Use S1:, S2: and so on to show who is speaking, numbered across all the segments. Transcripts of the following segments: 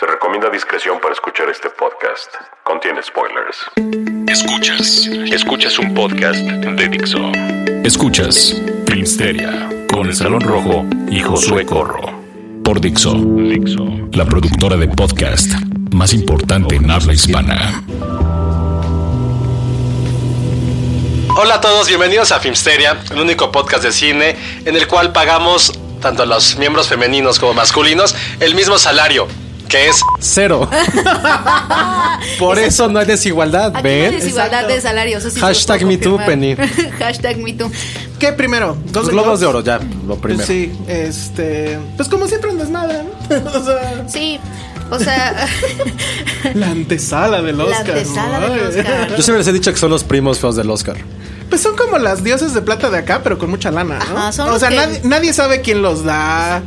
S1: Se recomienda discreción para escuchar este podcast. Contiene spoilers.
S2: Escuchas, escuchas un podcast de Dixo. Escuchas Filmsteria con el Salón Rojo y Josué Corro. Por Dixo, la productora de podcast más importante en habla hispana.
S3: Hola a todos, bienvenidos a Filmsteria, el único podcast de cine en el cual pagamos tanto a los miembros femeninos como masculinos el mismo salario, que es cero. Por eso no hay desigualdad,
S4: Aquí no hay
S3: ¿ven?
S4: desigualdad de salarios. eso sí se los
S3: Hashtag
S4: puedo
S3: me too,
S4: confirmar. Hashtag me too.
S5: ¿Qué primero? ¿Dos
S3: Los globos de oro, ya, lo primero.
S5: Sí, este. Pues como siempre no es nada, ¿no? o sea,
S4: Sí, o sea,
S5: la antesala del
S4: la
S5: Oscar.
S4: antesala
S5: ¿no?
S4: del Oscar.
S3: Yo siempre les he dicho que son los primos feos del Oscar.
S5: Pues son como las dioses de plata de acá, pero con mucha lana, ¿no?
S4: Ajá, son
S5: o
S4: los
S5: sea,
S4: que-
S5: nadie, nadie sabe quién los da.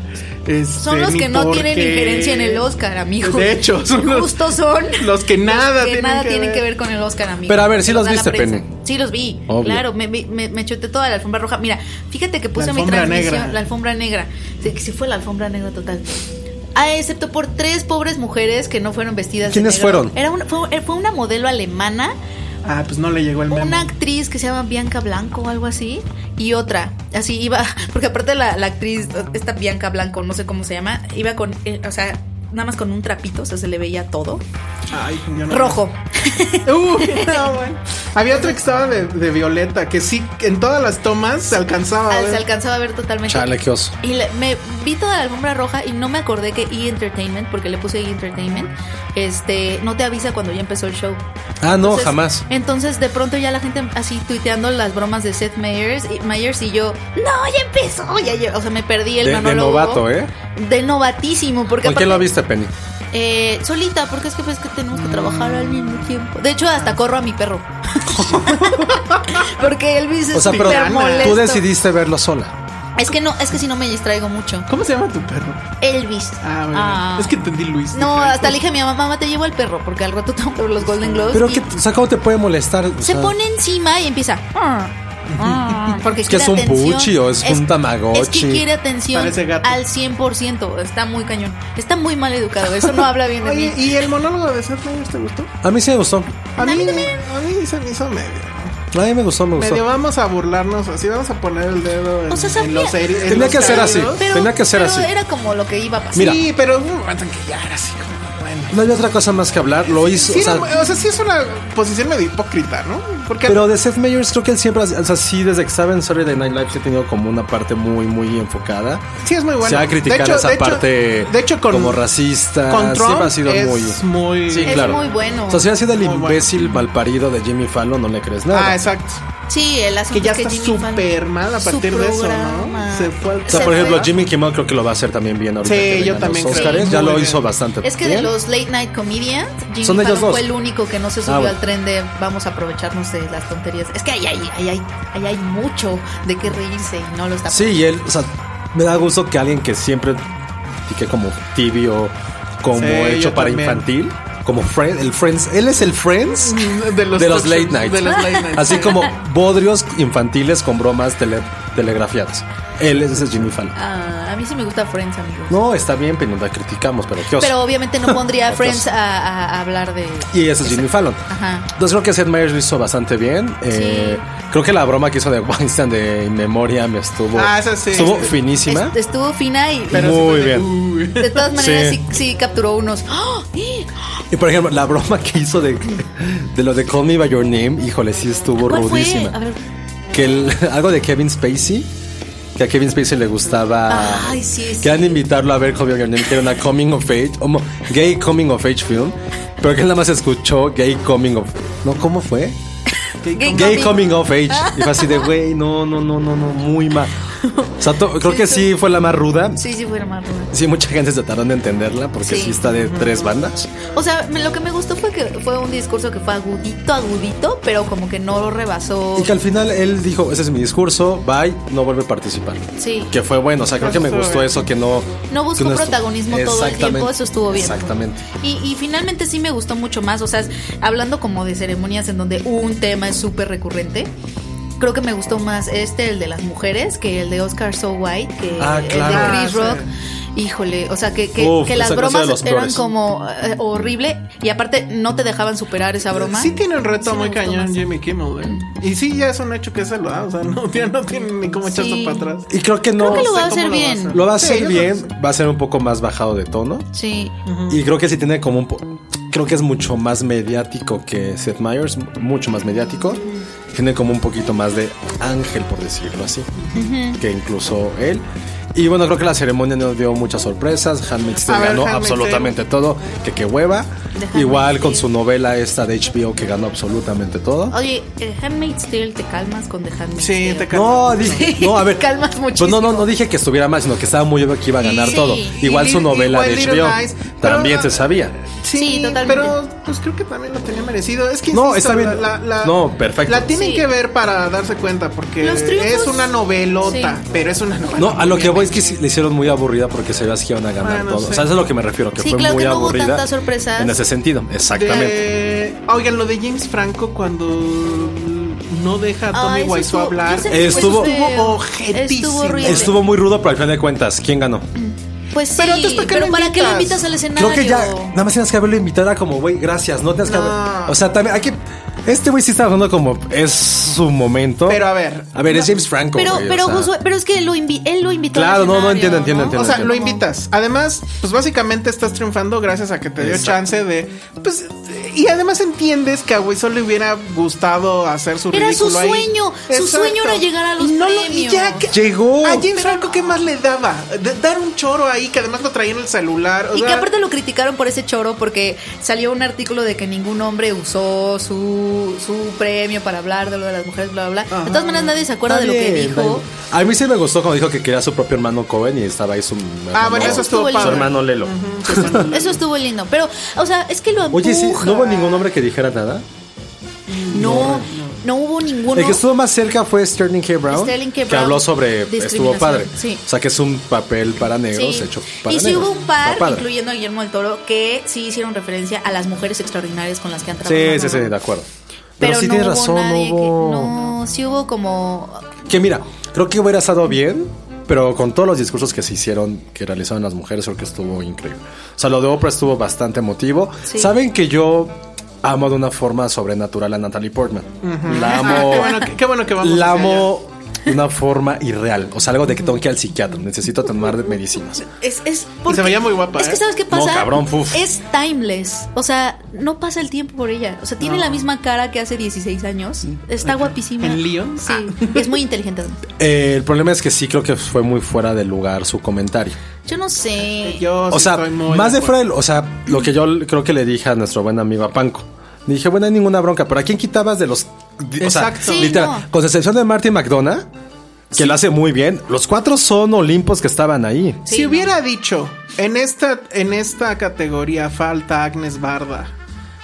S5: este,
S4: Son los
S5: ni
S4: que no
S5: por
S4: tienen
S5: qué.
S4: injerencia en el Oscar, amigos.
S5: De hecho, son los-
S4: Justo son
S5: los que nada
S4: que
S5: tienen
S4: nada
S5: que
S4: tienen
S5: ver.
S4: que ver con el Oscar, amigos.
S3: Pero a ver, sí
S4: Se
S3: los
S4: da la
S3: viste,
S4: prensa.
S3: Penny.
S4: Sí los vi.
S3: Obvio.
S4: Claro, me, me, me- me chuté toda la alfombra roja. Mira, fíjate que puse
S5: La
S4: mi
S5: alfombra
S4: transmisión,
S5: negra.
S4: la alfombra negra. Sí, que sí fue la alfombra negra total. Ah, excepto por tres pobres mujeres que no fueron vestidas. de
S3: ¿Quiénes
S4: negro.
S3: fueron?
S4: Era una, fue, fue una modelo alemana
S5: Ah, pues no le llegó el memo.
S4: una actriz que se llama Bianca Blanco o algo así y otra así iba porque aparte la, la actriz esta Bianca Blanco no sé cómo se llama iba con eh, o sea nada más con un trapito o sea se le veía todo
S5: Ay, yo no-
S4: rojo
S5: Uh, no, bueno. Había otra que estaba de, de violeta, que sí, que en todas las tomas se alcanzaba. a
S4: Ah,
S5: ver.
S4: se alcanzaba a ver totalmente
S3: Chale, qué oso.
S4: y le- me vi toda la alfombra roja y no me acordé que E Entertainment porque le puse E Entertainment este no te avisa cuando ya empezó el show
S3: Ah, no,
S4: Entonces-
S3: jamás.
S4: Entonces, de pronto ya la gente así tuiteando las bromas de Seth Meyers y, Meyers y yo, no, ya empezó, ya, ya", O sea, me perdí el
S3: De- de
S4: monólogo.
S3: novato, ¿eh?
S4: De novatísimo, porque
S3: ¿Con quién lo
S4: aparte-
S3: viste, Penny?
S4: Eh, solita, porque es que pues que tenemos que trabajar al mismo tiempo. De hecho, hasta corro a mi perro. porque Elvis es
S3: O sea, pero
S4: súper molesto.
S3: tú decidiste verlo sola.
S4: Es que no, es que si no me distraigo mucho.
S5: ¿Cómo se llama tu perro?
S4: Elvis.
S5: Ah, bueno.
S4: Ah.
S5: Es que entendí Luis.
S4: No,
S5: Dije, pues,
S4: hasta
S5: ay,
S4: le dije a mi mamá, mamá, te llevo al perro, porque al rato tengo que ver los Golden Globes.
S3: Pero
S4: y-
S3: que, o sea, ¿cómo te puede molestar? O
S4: Se
S3: sea,
S4: pone encima y empieza. "Ah, ah", Porque
S3: Es que
S4: quiere
S3: es un
S4: atención.
S3: Puchi o es un Tamagotchi.
S4: Es que quiere atención
S5: Parece gato.
S4: al 100%. Está muy cañón. Está muy mal educado. Eso no habla bien de
S5: Oye,
S4: mí.
S5: ¿y el monólogo de Seth Meyers te gustó?
S3: A mí sí me gustó.
S5: A
S4: mí
S5: mí,
S4: también.
S5: a mí se me hizo medio.
S3: A mí me gustó, me
S5: Medio
S3: gustó.
S5: vamos a burlarnos, así vamos a poner el dedo en,
S4: O sea,
S5: en
S4: sabía-
S5: los heri- en
S3: Tenía
S5: los
S3: que ser así.
S5: caídos.
S4: Pero,
S3: Tenía que ser
S4: pero
S3: así.
S4: era como lo que iba a pasar.
S3: Mira.
S5: Sí, pero hubo un momento en que ya era así como, bueno.
S3: No había otra cosa más que hablar. Lo hizo.
S5: Sí,
S3: o sea,
S5: era- o, sea, sí es una posición medio hipócrita, ¿no? Porque
S3: Pero de Seth Meyers creo que él siempre, ha- o sea, sí, desde que estaba en Saturday Night Live sí ha tenido como una parte muy, muy enfocada.
S5: sí es muy bueno.
S3: se ha criticado
S5: De hecho-
S3: esa
S5: de hecho-
S3: parte
S5: de hecho, con,
S3: como racista.
S5: con Trump
S3: siempre ha sido muy...
S5: es muy...
S3: Sí,
S4: Es
S3: claro.
S4: muy bueno.
S3: O sea, si ha sido el
S5: Muy bueno.
S3: imbécil malparido de Jimmy Fallon, no le crees nada.
S5: Ah, exacto.
S4: Sí, el asunto
S5: Que ya
S4: es que
S5: está
S4: Jimmy Fallon-
S5: súper mal a
S4: su
S5: partir de eso,
S4: programa.
S5: ¿no? Se fue al-
S3: O sea, por
S4: Se
S3: ejemplo,
S4: fue.
S3: Jimmy Kimmel creo que lo va a hacer también bien ahorita.
S5: Sí,
S3: que
S5: yo
S3: vengan
S5: también
S3: los
S5: creo.
S3: Óscares.
S5: Sí,
S3: ya
S5: muy
S3: lo
S5: bien.
S3: hizo bastante
S4: Es que de
S3: bien.
S4: los late night comedians, Jimmy
S3: Son ellos
S4: Fallon
S3: dos.
S4: fue el único que no se subió
S3: Ah, bueno.
S4: al tren de vamos a aprovecharnos de las tonterías. Es que ahí hay, ahí hay, ahí hay mucho de qué reírse y no lo está
S3: Sí, y él, o sea, me da gusto que alguien que siempre que como tibio, como
S5: Sí,
S3: hecho
S5: yo
S3: para
S5: también.
S3: infantil, como Friends, el Friends, él es el Friends
S5: De los,
S3: de los late
S5: talk shows,
S3: nights.
S5: De los late nights.
S3: Así como bodrios infantiles con bromas tele- telegrafiadas. Él es ese Jimmy Fallon.
S4: Ah, a mí sí me gusta Friends, amigos.
S3: No, está bien, pero la criticamos, pero qué oso.
S4: Pero obviamente no pondría a Friends a, a- a hablar de.
S3: pues. Y ese es Jimmy Fallon.
S4: Ajá.
S3: Entonces creo que Seth Meyers lo hizo bastante bien. Eh, Creo que la broma que hizo de Weinstein de In Memoriam estuvo,
S5: Ah, esa sí.
S3: estuvo
S5: Este-
S3: finísima.
S4: Est- Estuvo fina y
S5: Pero sí
S3: Muy
S5: fue de,
S3: bien.
S5: "Uy".
S4: de todas maneras
S3: Sí.
S4: sí, sí capturó unos. ¡Ah! ¡Eh!
S3: Y por ejemplo, la broma que hizo de, de lo de Call Me By Your Name, híjole, sí estuvo
S4: ¿Cuál fue? Ah.
S3: rudísima.
S4: A ver.
S3: Que el- algo de Kevin Spacey, que a Kevin Spacey le gustaba.
S4: Ay, sí, sí.
S3: Querían invitarlo a ver Call Me By Your Name, que era una coming of age, homo- gay coming of age film. Pero que él nada más escuchó gay coming of. No, ¿cómo fue?
S4: Gay
S3: Gay
S4: coming.
S3: coming of age. Y fue así de, güey, no, no, no, no, no, muy mal. O sea, to- creo que sí fue la más ruda.
S4: Sí, sí, fue más ruda.
S3: Sí, mucha gente se tardó en entenderla porque sí,
S4: Sí.
S3: está de tres bandas.
S4: O sea, me- lo que me gustó fue que fue un discurso que fue agudito, agudito, pero como que no lo rebasó.
S3: Y que al final él dijo, ese es mi discurso, bye, no vuelve a participar.
S4: Sí.
S3: Que fue bueno, o sea, creo que me gustó eso, que no...
S4: No
S3: que
S4: buscó
S3: estu-
S4: protagonismo todo el
S3: Exactamente.
S4: tiempo, eso estuvo bien.
S3: Exactamente.
S4: Y, y finalmente sí me gustó mucho más, o sea, es- hablando como de ceremonias en donde un tema es súper recurrente, creo que me gustó más este, el de las mujeres, que el de Oscar So White, que
S3: Ah, claro.
S4: el de Chris
S5: Ah,
S4: Rock. Híjole, o sea, que, que,
S3: Uf,
S4: que las
S3: esa cosa de
S4: bromas
S3: los
S4: eran
S3: flores.
S4: como eh, horrible y aparte no te dejaban superar esa broma.
S5: Sí tiene un reto
S4: Sí me
S5: muy
S4: gustó
S5: cañón
S4: más.
S5: Jimmy Kimmel, eh. Y sí, ya es un hecho que se lo da. O sea, no, ya no tiene ni cómo echarse
S4: Sí.
S5: para atrás.
S3: Y creo que no...
S4: Creo que lo
S5: sé
S4: va a
S5: cómo
S4: hacer
S5: lo va a
S4: bien.
S5: hacer.
S3: lo va a
S5: Sí,
S3: hacer
S5: yo
S3: bien,
S5: creo
S3: va a ser un poco más bajado de tono.
S4: Sí.
S3: Y creo que sí tiene como un... po- Creo que es mucho más mediático que Seth Meyers, mu- mucho más mediático. Tiene como un poquito más de ángel, por decirlo así, que incluso él. Y bueno, creo que la ceremonia nos dio muchas sorpresas. Handmaid's Tale
S5: A ver,
S3: ganó
S5: Handmaid's Tale.
S3: absolutamente todo, que que hueva.
S4: Handmaid's
S3: Igual con
S4: Tale.
S3: su novela esta de HBO que ganó absolutamente todo.
S5: Oh,
S4: Oye, eh, Handmaid's Tale, ¿te calmas con The Handmaid's
S5: Sí,
S4: Tale?
S5: te calmas.
S3: No, dije, no, a ver.
S4: Calmas
S3: Pues no, no, no dije que estuviera mal, sino que estaba muy obvio que iba a ganar
S4: Sí,
S3: todo.
S4: y
S3: Igual su
S5: Little-
S3: novela
S5: igual
S3: de
S5: Little
S3: HBO
S5: Lies, pero
S3: también
S5: no-
S3: se sabía.
S5: Sí,
S4: Sí, totalmente.
S5: Pero pues creo que también lo tenía merecido. Es que
S3: No,
S5: insisto,
S3: está bien.
S5: La, la-
S3: No, perfecto.
S5: La tienen
S4: Sí.
S5: que ver para darse cuenta porque
S4: Los triunfos-
S5: es una novelota,
S4: Sí.
S5: pero es una novela.
S3: No, a lo que voy es que sí, le hicieron muy aburrida porque se veía que iban a ganar
S5: Bueno,
S3: todo.
S5: sí.
S3: O sea, eso es a lo que me refiero, que
S4: Sí,
S3: fue
S4: claro
S3: muy
S4: que no hubo
S3: aburrida.
S4: tantas sorpresas.
S3: En ese sentido, exactamente.
S5: De- Oigan, lo de James Franco cuando no deja a
S4: Ay,
S5: Tommy
S4: Ah, eso
S5: Wiseau
S4: estuvo-
S5: hablar.
S4: yo sé que fue
S3: Estuvo-
S4: feo.
S5: Estuvo ojetísimo.
S4: Estuvo horrible.
S3: Estuvo muy rudo, pero al final de cuentas, ¿quién ganó?
S4: Pues sí,
S5: Pero
S4: pero,
S5: antes, ¿para qué lo
S4: ¿para qué lo
S5: invitas?
S4: invitas al escenario?
S3: Creo que ya, nada más tienes que haberlo invitado a como, güey, gracias, no tienes que haber. O sea, también hay que. Este güey sí está hablando como es su momento.
S5: Pero a ver.
S3: A ver, es James Franco.
S4: Pero,
S3: güey, o
S4: pero,
S3: sea.
S4: Josué, pero es que lo invi- él lo invitó.
S3: Claro,
S4: al
S3: no, no,
S4: escenario,
S3: entiendo, entiendo, entiendo.
S5: O sea,
S3: Como-
S5: lo invitas. Además, pues básicamente estás triunfando gracias a que te dio
S3: Exacto.
S5: chance de. Pues. Y además entiendes que a Wiso le hubiera gustado hacer su
S4: Era su
S5: ridículo ahí.
S4: sueño, su sueño era llegar a los
S5: Y no lo-
S4: premios. Oh,
S5: y ya que-
S3: Llegó.
S5: A James Franco, ¿qué más le daba? De- dar un choro ahí que además lo traía en el celular. o
S4: Y
S5: sea,
S4: que aparte lo criticaron por ese choro porque salió un artículo de que ningún hombre usó su, su premio para hablar de lo de las mujeres, bla, bla, bla. De todas maneras nadie se acuerda
S3: Está
S4: de lo que
S3: bien,
S4: dijo.
S3: está bien. A mí sí me gustó cuando dijo que quería a su propio hermano Cohen y estaba ahí su.
S5: Ah,
S3: hermano-
S5: bueno, eso
S4: estuvo
S5: estuvo
S4: lindo.
S3: Su
S5: padre.
S3: hermano Lelo.
S4: Eso estuvo lindo. Pero, o sea, es que lo
S3: Oye, sí,
S4: empuja.
S3: ¿no hubo ningún hombre que dijera nada?
S4: No, no hubo ninguno.
S3: El que estuvo más cerca fue Sterling K. Brown,
S4: Sterling K.
S3: que
S4: Brown,
S3: habló sobre estuvo
S4: discriminación,
S3: padre.
S4: sí.
S3: O sea, que es un papel para negros
S4: Sí.
S3: hecho para
S4: y sí
S3: negros.
S4: hubo un par,
S3: Está padre.
S4: incluyendo a Guillermo del Toro, que sí hicieron referencia a las mujeres extraordinarias con las que han trabajado.
S3: Sí, sí, sí, de acuerdo. Pero,
S4: Pero,
S3: sí
S4: no
S3: tienes
S4: hubo
S3: razón,
S4: nadie
S3: no hubo.
S4: que, no, sí hubo como
S3: Que mira, creo que hubiera estado bien, pero con todos los discursos que se hicieron, que realizaron las mujeres, creo que estuvo increíble. O sea, lo de Oprah estuvo bastante emotivo.
S4: Sí.
S3: Saben que yo amo de una forma sobrenatural a Natalie Portman. La amo.
S5: Ah, Qué bueno que- qué bueno que vamos
S3: La
S5: hacia
S3: amo de una forma irreal. O sea, algo de que tengo que ir al psiquiatra. Necesito tomar medicinas.
S4: Es, es porque-
S5: se veía muy guapa,
S4: Es que
S5: ¿eh?
S4: sabes qué
S3: No,
S4: pasa.
S3: cabrón, fuf.
S4: Es timeless. O sea, no pasa el tiempo por ella. O sea, tiene la misma cara que hace 16 años. Está guapísima.
S5: ¿En Leon?
S3: Ah.
S4: Sí. Es muy inteligente.
S3: Eh, el problema es que sí creo que fue muy fuera de lugar su comentario.
S4: Yo no sé.
S5: Yo
S3: o
S5: Oh, sí
S3: sea,
S5: estoy muy
S3: más de
S5: acuerdo.
S3: fuera, del- o sea, lo que yo l- creo que le dije a nuestro buen amigo a Panco. Le Dije, bueno, no hay ninguna bronca, pero ¿a quién quitabas de los... di- O sea,
S5: Exacto.
S4: Sí,
S3: literal,
S4: no.
S3: con excepción de Martin McDonough, que lo hace muy bien, los cuatro son Olimpos que estaban ahí.
S4: Sí,
S5: si hubiera dicho en esta, en esta categoría falta Agnes Barda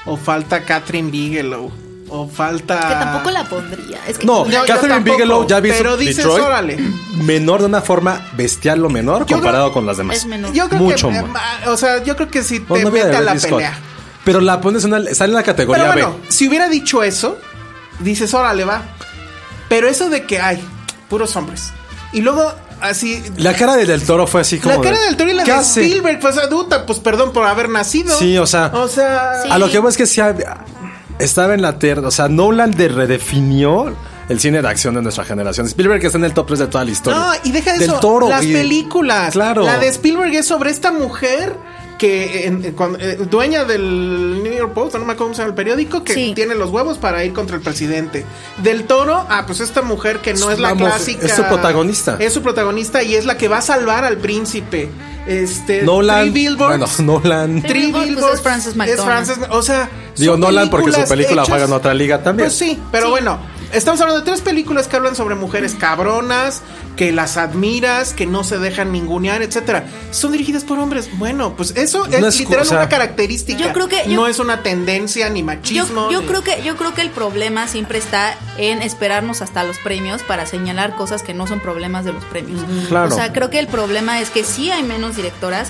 S5: o falta Catherine Bigelow o falta
S4: Que tampoco la pondría. Es que
S3: Ah. No,
S5: Yo- yo
S3: Catherine
S5: tampoco,
S3: Bigelow ya vi su
S5: pero dices,
S3: Detroit
S5: órale.
S3: menor de una forma bestial lo menor
S5: Yo
S3: comparado
S5: creo-
S3: con las demás.
S4: es menor.
S5: yo creo
S3: mucho
S5: que eh,
S3: más.
S5: ma- o sea yo creo que si
S3: No,
S5: te
S3: Pues no voy a
S5: mete a
S3: ver
S5: la
S3: Discord.
S5: pelea
S3: Pero la pones en una- sale en la
S5: pero
S3: categoría
S5: bueno
S3: B.
S5: si hubiera dicho eso dices órale va pero eso de que hay puros hombres Y luego, así.
S3: La cara de del toro fue así como.
S5: La cara
S3: de,
S5: del toro y la
S3: ¿qué
S5: de
S3: hace?
S5: Spielberg, pues adulta, pues perdón por haber nacido.
S3: Sí, o sea,
S5: O sea.
S4: Sí.
S3: A lo que voy es que sí había- estaba en la tierra. O sea, Nolan de redefinió el cine de acción de nuestra generación. Spielberg que está en el top 3 de toda la historia.
S5: No, y deja
S3: Del
S5: eso.
S3: toro,
S5: las
S3: y-
S5: películas.
S3: Claro.
S5: La de Spielberg es sobre esta mujer que en- en- cuando- eh, dueña del New York Post, no me acuerdo cómo se llama el periódico, que
S4: Sí.
S5: tiene los huevos para ir contra el presidente. Del toro, ah, pues esta mujer que no
S3: Es
S5: es la
S3: una mujer-
S5: clásica.
S3: es su protagonista.
S5: Es su protagonista y es la que va a salvar al príncipe. Este. Three
S3: Nolan. Bueno,
S5: Billboards.
S3: Nolan.
S4: Three Billboards, pues, es Frances McDormand.
S5: Frances- o sea,
S3: Digo
S5: son
S3: Nolan porque su
S5: películas
S3: película juega
S5: hechas-
S3: en otra liga también.
S5: pues sí, pero bueno, estamos hablando de tres películas que hablan sobre mujeres cabronas, que las admiras, que no se dejan ningunear, etcétera. Son dirigidas por hombres. Bueno, pues eso es,
S3: No es cu-
S5: literal
S3: o sea-
S5: una característica.
S4: Yo creo que- yo-
S5: no es una tendencia ni
S4: Yo,
S5: machismo.
S4: yo
S5: ni-
S4: creo que, yo creo que el problema siempre está en esperarnos hasta los premios para señalar cosas que no son problemas de los premios.
S3: Claro.
S4: O sea, creo que el problema es que sí hay menos directoras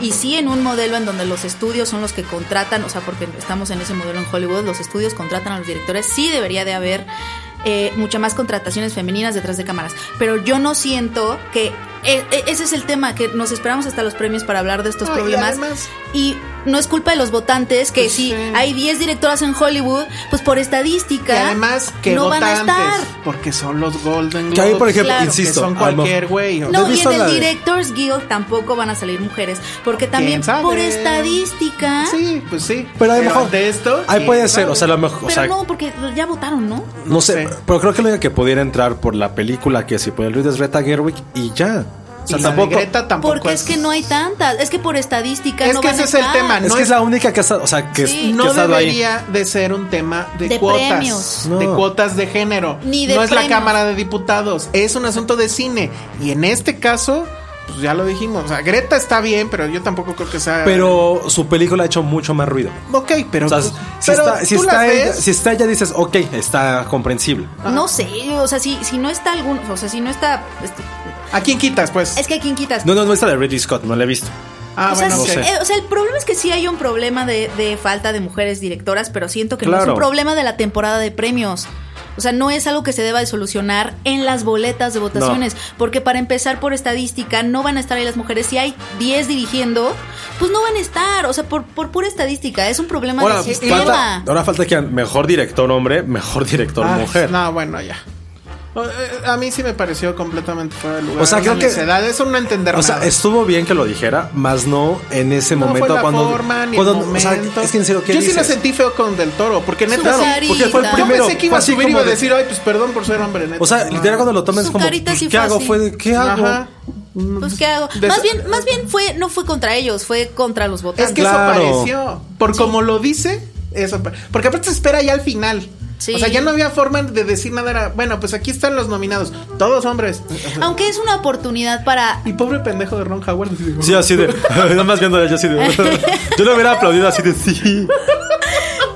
S4: y sí en un modelo en donde los estudios son los que contratan, o sea, porque estamos en ese modelo en Hollywood, los estudios contratan a los directores, sí debería de haber eh, mucha más contrataciones femeninas detrás de cámaras. Pero yo no siento que e- e- ese es el tema, que nos esperamos hasta los premios para hablar de estos
S5: No, y
S4: problemas.
S5: además-
S4: Y no es culpa de los votantes que
S5: Pues
S4: si
S5: sí.
S4: hay 10 directoras en Hollywood, pues por
S5: Y
S4: estadística
S5: además que
S4: no van a
S5: votantes,
S4: estar.
S5: porque son los Golden Globes.
S3: Que ahí, por ejemplo,
S4: Claro.
S3: insisto.
S5: que son
S3: a lo-
S5: cualquier güey. o
S3: No
S4: No,
S3: he
S4: y
S3: visto
S4: en
S3: la
S4: el
S3: de-
S4: Directors Guild tampoco van a salir mujeres, porque también
S5: ¿Quién sabe?
S4: por estadística.
S5: Sí, pues sí.
S3: Pero a lo mejor.
S5: de esto
S3: Ahí
S5: ¿quién
S3: puede ser. O sea, a
S5: sabe?
S3: lo mejor. o
S4: Pero
S3: sea,
S4: no, porque ya votaron, ¿no?
S3: No sé,
S5: Sí.
S3: pero creo que lo único que pudiera entrar por la película que si por el ruido es Greta Gerwig y ya. O sea,
S5: Y la de
S3: tampoco.
S5: Greta tampoco
S4: Porque es que no hay tantas. Es que por estadística
S5: Es
S4: no
S5: que
S4: van
S5: ese
S4: a
S5: es el
S4: estar.
S5: tema,
S3: Es
S5: no
S3: que es,
S5: es-
S3: la única que ha estado, o sea, que, es-
S4: Sí.
S3: que ha
S5: no
S3: estado ahí.
S5: debería de ser un tema de,
S4: De
S5: cuotas,
S4: premios.
S3: No.
S5: de cuotas de género.
S4: Ni de
S5: no es la
S4: premios.
S5: Cámara de Diputados, es un asunto de cine. Y en este caso, pues ya lo dijimos, o sea, Greta está bien, pero yo tampoco creo que sea
S3: Pero su película ha hecho mucho más ruido.
S5: Ok, pero,
S3: O sea,
S5: tú-
S3: si,
S5: pero
S3: está, si,
S5: tú
S3: está
S5: las
S3: ella,
S5: ves,
S3: si está ella, dices, ok, está comprensible.
S4: No sé, o sea, si, si no está algún, o sea, si no está, este,
S5: ¿a quién quitas pues?
S4: es que a quién quitas.
S3: No, no, no está la de Ridley Scott, no la he visto.
S5: ah,
S4: o, sea,
S5: bueno,
S4: sí,
S5: ok.
S4: eh, o sea, el problema es que sí hay un problema de, de falta de mujeres directoras, pero siento que no es
S3: Claro.
S4: un problema de la temporada de premios. O sea, no es algo que se deba de solucionar en las boletas de votaciones, porque para empezar por estadística no van a estar ahí las mujeres. Si hay 10 dirigiendo, pues no van a estar. O sea, por, por pura estadística, es un problema
S3: Ahora
S4: del sistema.
S3: falta, ahora falta que mejor director hombre, mejor director
S5: Ah,
S3: mujer.
S5: No, bueno, ya. O- eh, A mí sí me pareció completamente fuera de lugar.
S3: O sea, creo que-
S5: necedad, eso no entender
S3: O sea,
S5: nada.
S3: estuvo bien que lo dijera, más no en ese
S5: No
S3: momento
S5: fue la
S3: cuando.
S5: forma, ni
S3: cuando-
S5: el
S3: o sea,
S5: momento.
S3: es que en serio, ¿qué
S5: Yo sí
S3: dices?
S5: la sentí feo con Del Toro, porque neta,
S4: Claro, porque fue el
S5: yo
S4: primero,
S5: pensé que
S3: fue
S5: iba a
S3: así
S5: subir y iba a
S3: como de-
S5: decir, ay, pues perdón por ser hombre, neta.
S3: O sea,
S5: No.
S3: literal cuando lo tomas
S4: Su
S3: como, "Pues,
S4: carita sí
S3: ¿qué
S4: fue
S3: hago?
S4: así.
S3: Fue de, ¿Qué hago?
S5: Ajá.
S4: Pues qué hago.
S5: Des-
S4: Más bien, más bien fue, no fue contra ellos, fue contra los votantes.
S5: Es que
S3: Claro.
S5: eso pareció. Por como lo dice, eso. pa- Porque aparte se espera ya al final.
S4: Sí.
S5: O sea, ya no había forma de decir nada. Era, bueno, pues aquí están los nominados. Todos hombres.
S4: Aunque es una oportunidad para
S5: Y pobre pendejo de Ron Howard.
S3: Sí, así de. Nada más viéndola yo así de. Yo le hubiera aplaudido así de sí.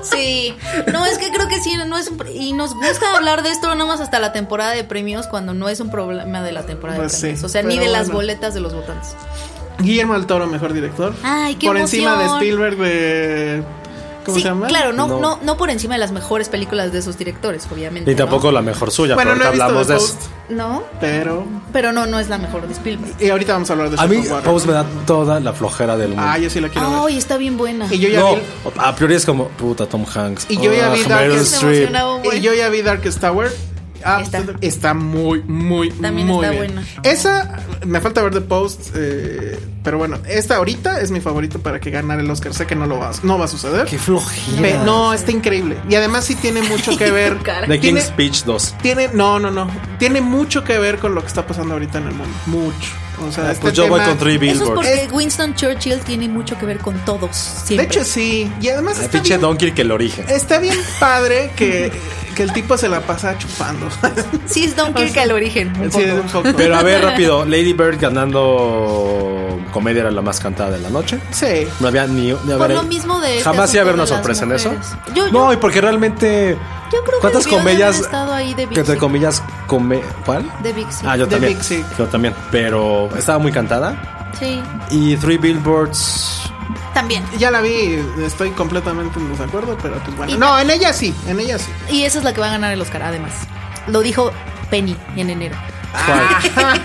S4: Sí, no, es que creo que sí, no es un, y nos gusta hablar de esto nomás hasta la temporada de premios cuando no es un problema de la temporada
S5: Pues
S4: de
S5: sí,
S4: premios, o sea, ni de
S5: pero
S4: las
S5: bueno.
S4: boletas de los votantes.
S5: Guillermo del Toro, mejor director.
S4: Ay, qué
S5: Por encima de
S4: emoción.
S5: Spielberg, de. ¿Cómo
S4: sí,
S5: se llama?
S4: claro, no,
S3: No.
S4: no. No, por encima de las mejores películas de esos directores, obviamente.
S3: Ni
S4: ¿no?
S3: tampoco la mejor suya,
S5: Bueno,
S3: pero
S5: no he
S3: ahorita
S5: visto
S3: hablamos
S5: The
S3: de eso.
S5: Post,
S4: No,
S5: pero.
S4: pero no, no es la mejor de Spielberg.
S5: Y ahorita vamos a hablar de
S3: A mí,
S5: Shape of Water.
S3: Pose me da toda la flojera del mundo.
S5: Ah, yo sí la quiero ver.
S4: Ay, está bien buena.
S5: Y yo ya
S3: no,
S5: vi.
S3: a priori es como, puta, Tom Hanks.
S5: Y yo ya
S3: Ah,
S5: vi
S3: Meryl
S5: Darkest-
S4: Me
S3: Streep.
S4: emocionaba un buen.
S5: Y yo ya vi Darkest Tower. Ah,
S4: Está.
S5: está. muy, muy,
S4: También
S5: muy
S4: está
S5: bien.
S4: buena.
S5: Esa, me falta ver The Post, eh, pero bueno, esta ahorita es mi favorita para que ganara el Oscar. Sé que no lo va, no va a suceder.
S3: Qué flojera.
S5: Pe- no, está increíble. Y además sí tiene mucho que ver.
S4: Cara.
S3: The
S5: tiene- este
S3: King's Speech 2.
S5: Tiene, no, no, no. Tiene mucho que ver con lo que está pasando ahorita en el mundo. Mucho. O sea, este
S3: pues yo voy
S5: tema-
S3: con Three
S4: Eso es
S3: Billboards.
S4: porque Winston Churchill tiene mucho que ver con todos.
S5: De
S4: Siempre.
S5: hecho, sí. Y además
S3: El
S5: está
S3: pinche
S5: bien,
S3: Dunkirk el origen.
S5: está bien padre que, que el tipo se la pasa chupando.
S4: sí es Dunkirk al origen. un
S5: Sí,
S4: poco.
S5: un poco.
S3: Pero a ver, rápido. Lady Bird ganando comedia era la más cantada de la noche.
S5: Sí.
S3: No había ni. ni
S4: Por
S3: haber-
S4: lo mismo de este
S3: Jamás iba a haber
S4: asunto
S3: una
S4: de las
S3: sorpresa en eso.
S4: mujeres. Yo- yo-
S3: no, y porque realmente.
S4: Yo creo que
S3: ¿Cuántas
S4: debió de haber
S3: comedias.
S4: estado ahí de
S3: que entre
S4: Bixi.
S3: comillas, come. ¿Cuál?
S4: De Big Sick.
S3: Ah, yo
S5: De
S3: también.
S5: Big Sick.
S3: Yo también. Pero estaba muy cantada.
S4: Sí,
S3: Y Three Billboards.
S4: también.
S5: Ya la vi, estoy completamente en desacuerdo, pero pues bueno.
S4: Y-
S5: No, en ella sí, en ella sí.
S4: Y esa es la que va a ganar el Oscar, además. Lo dijo Penny en enero.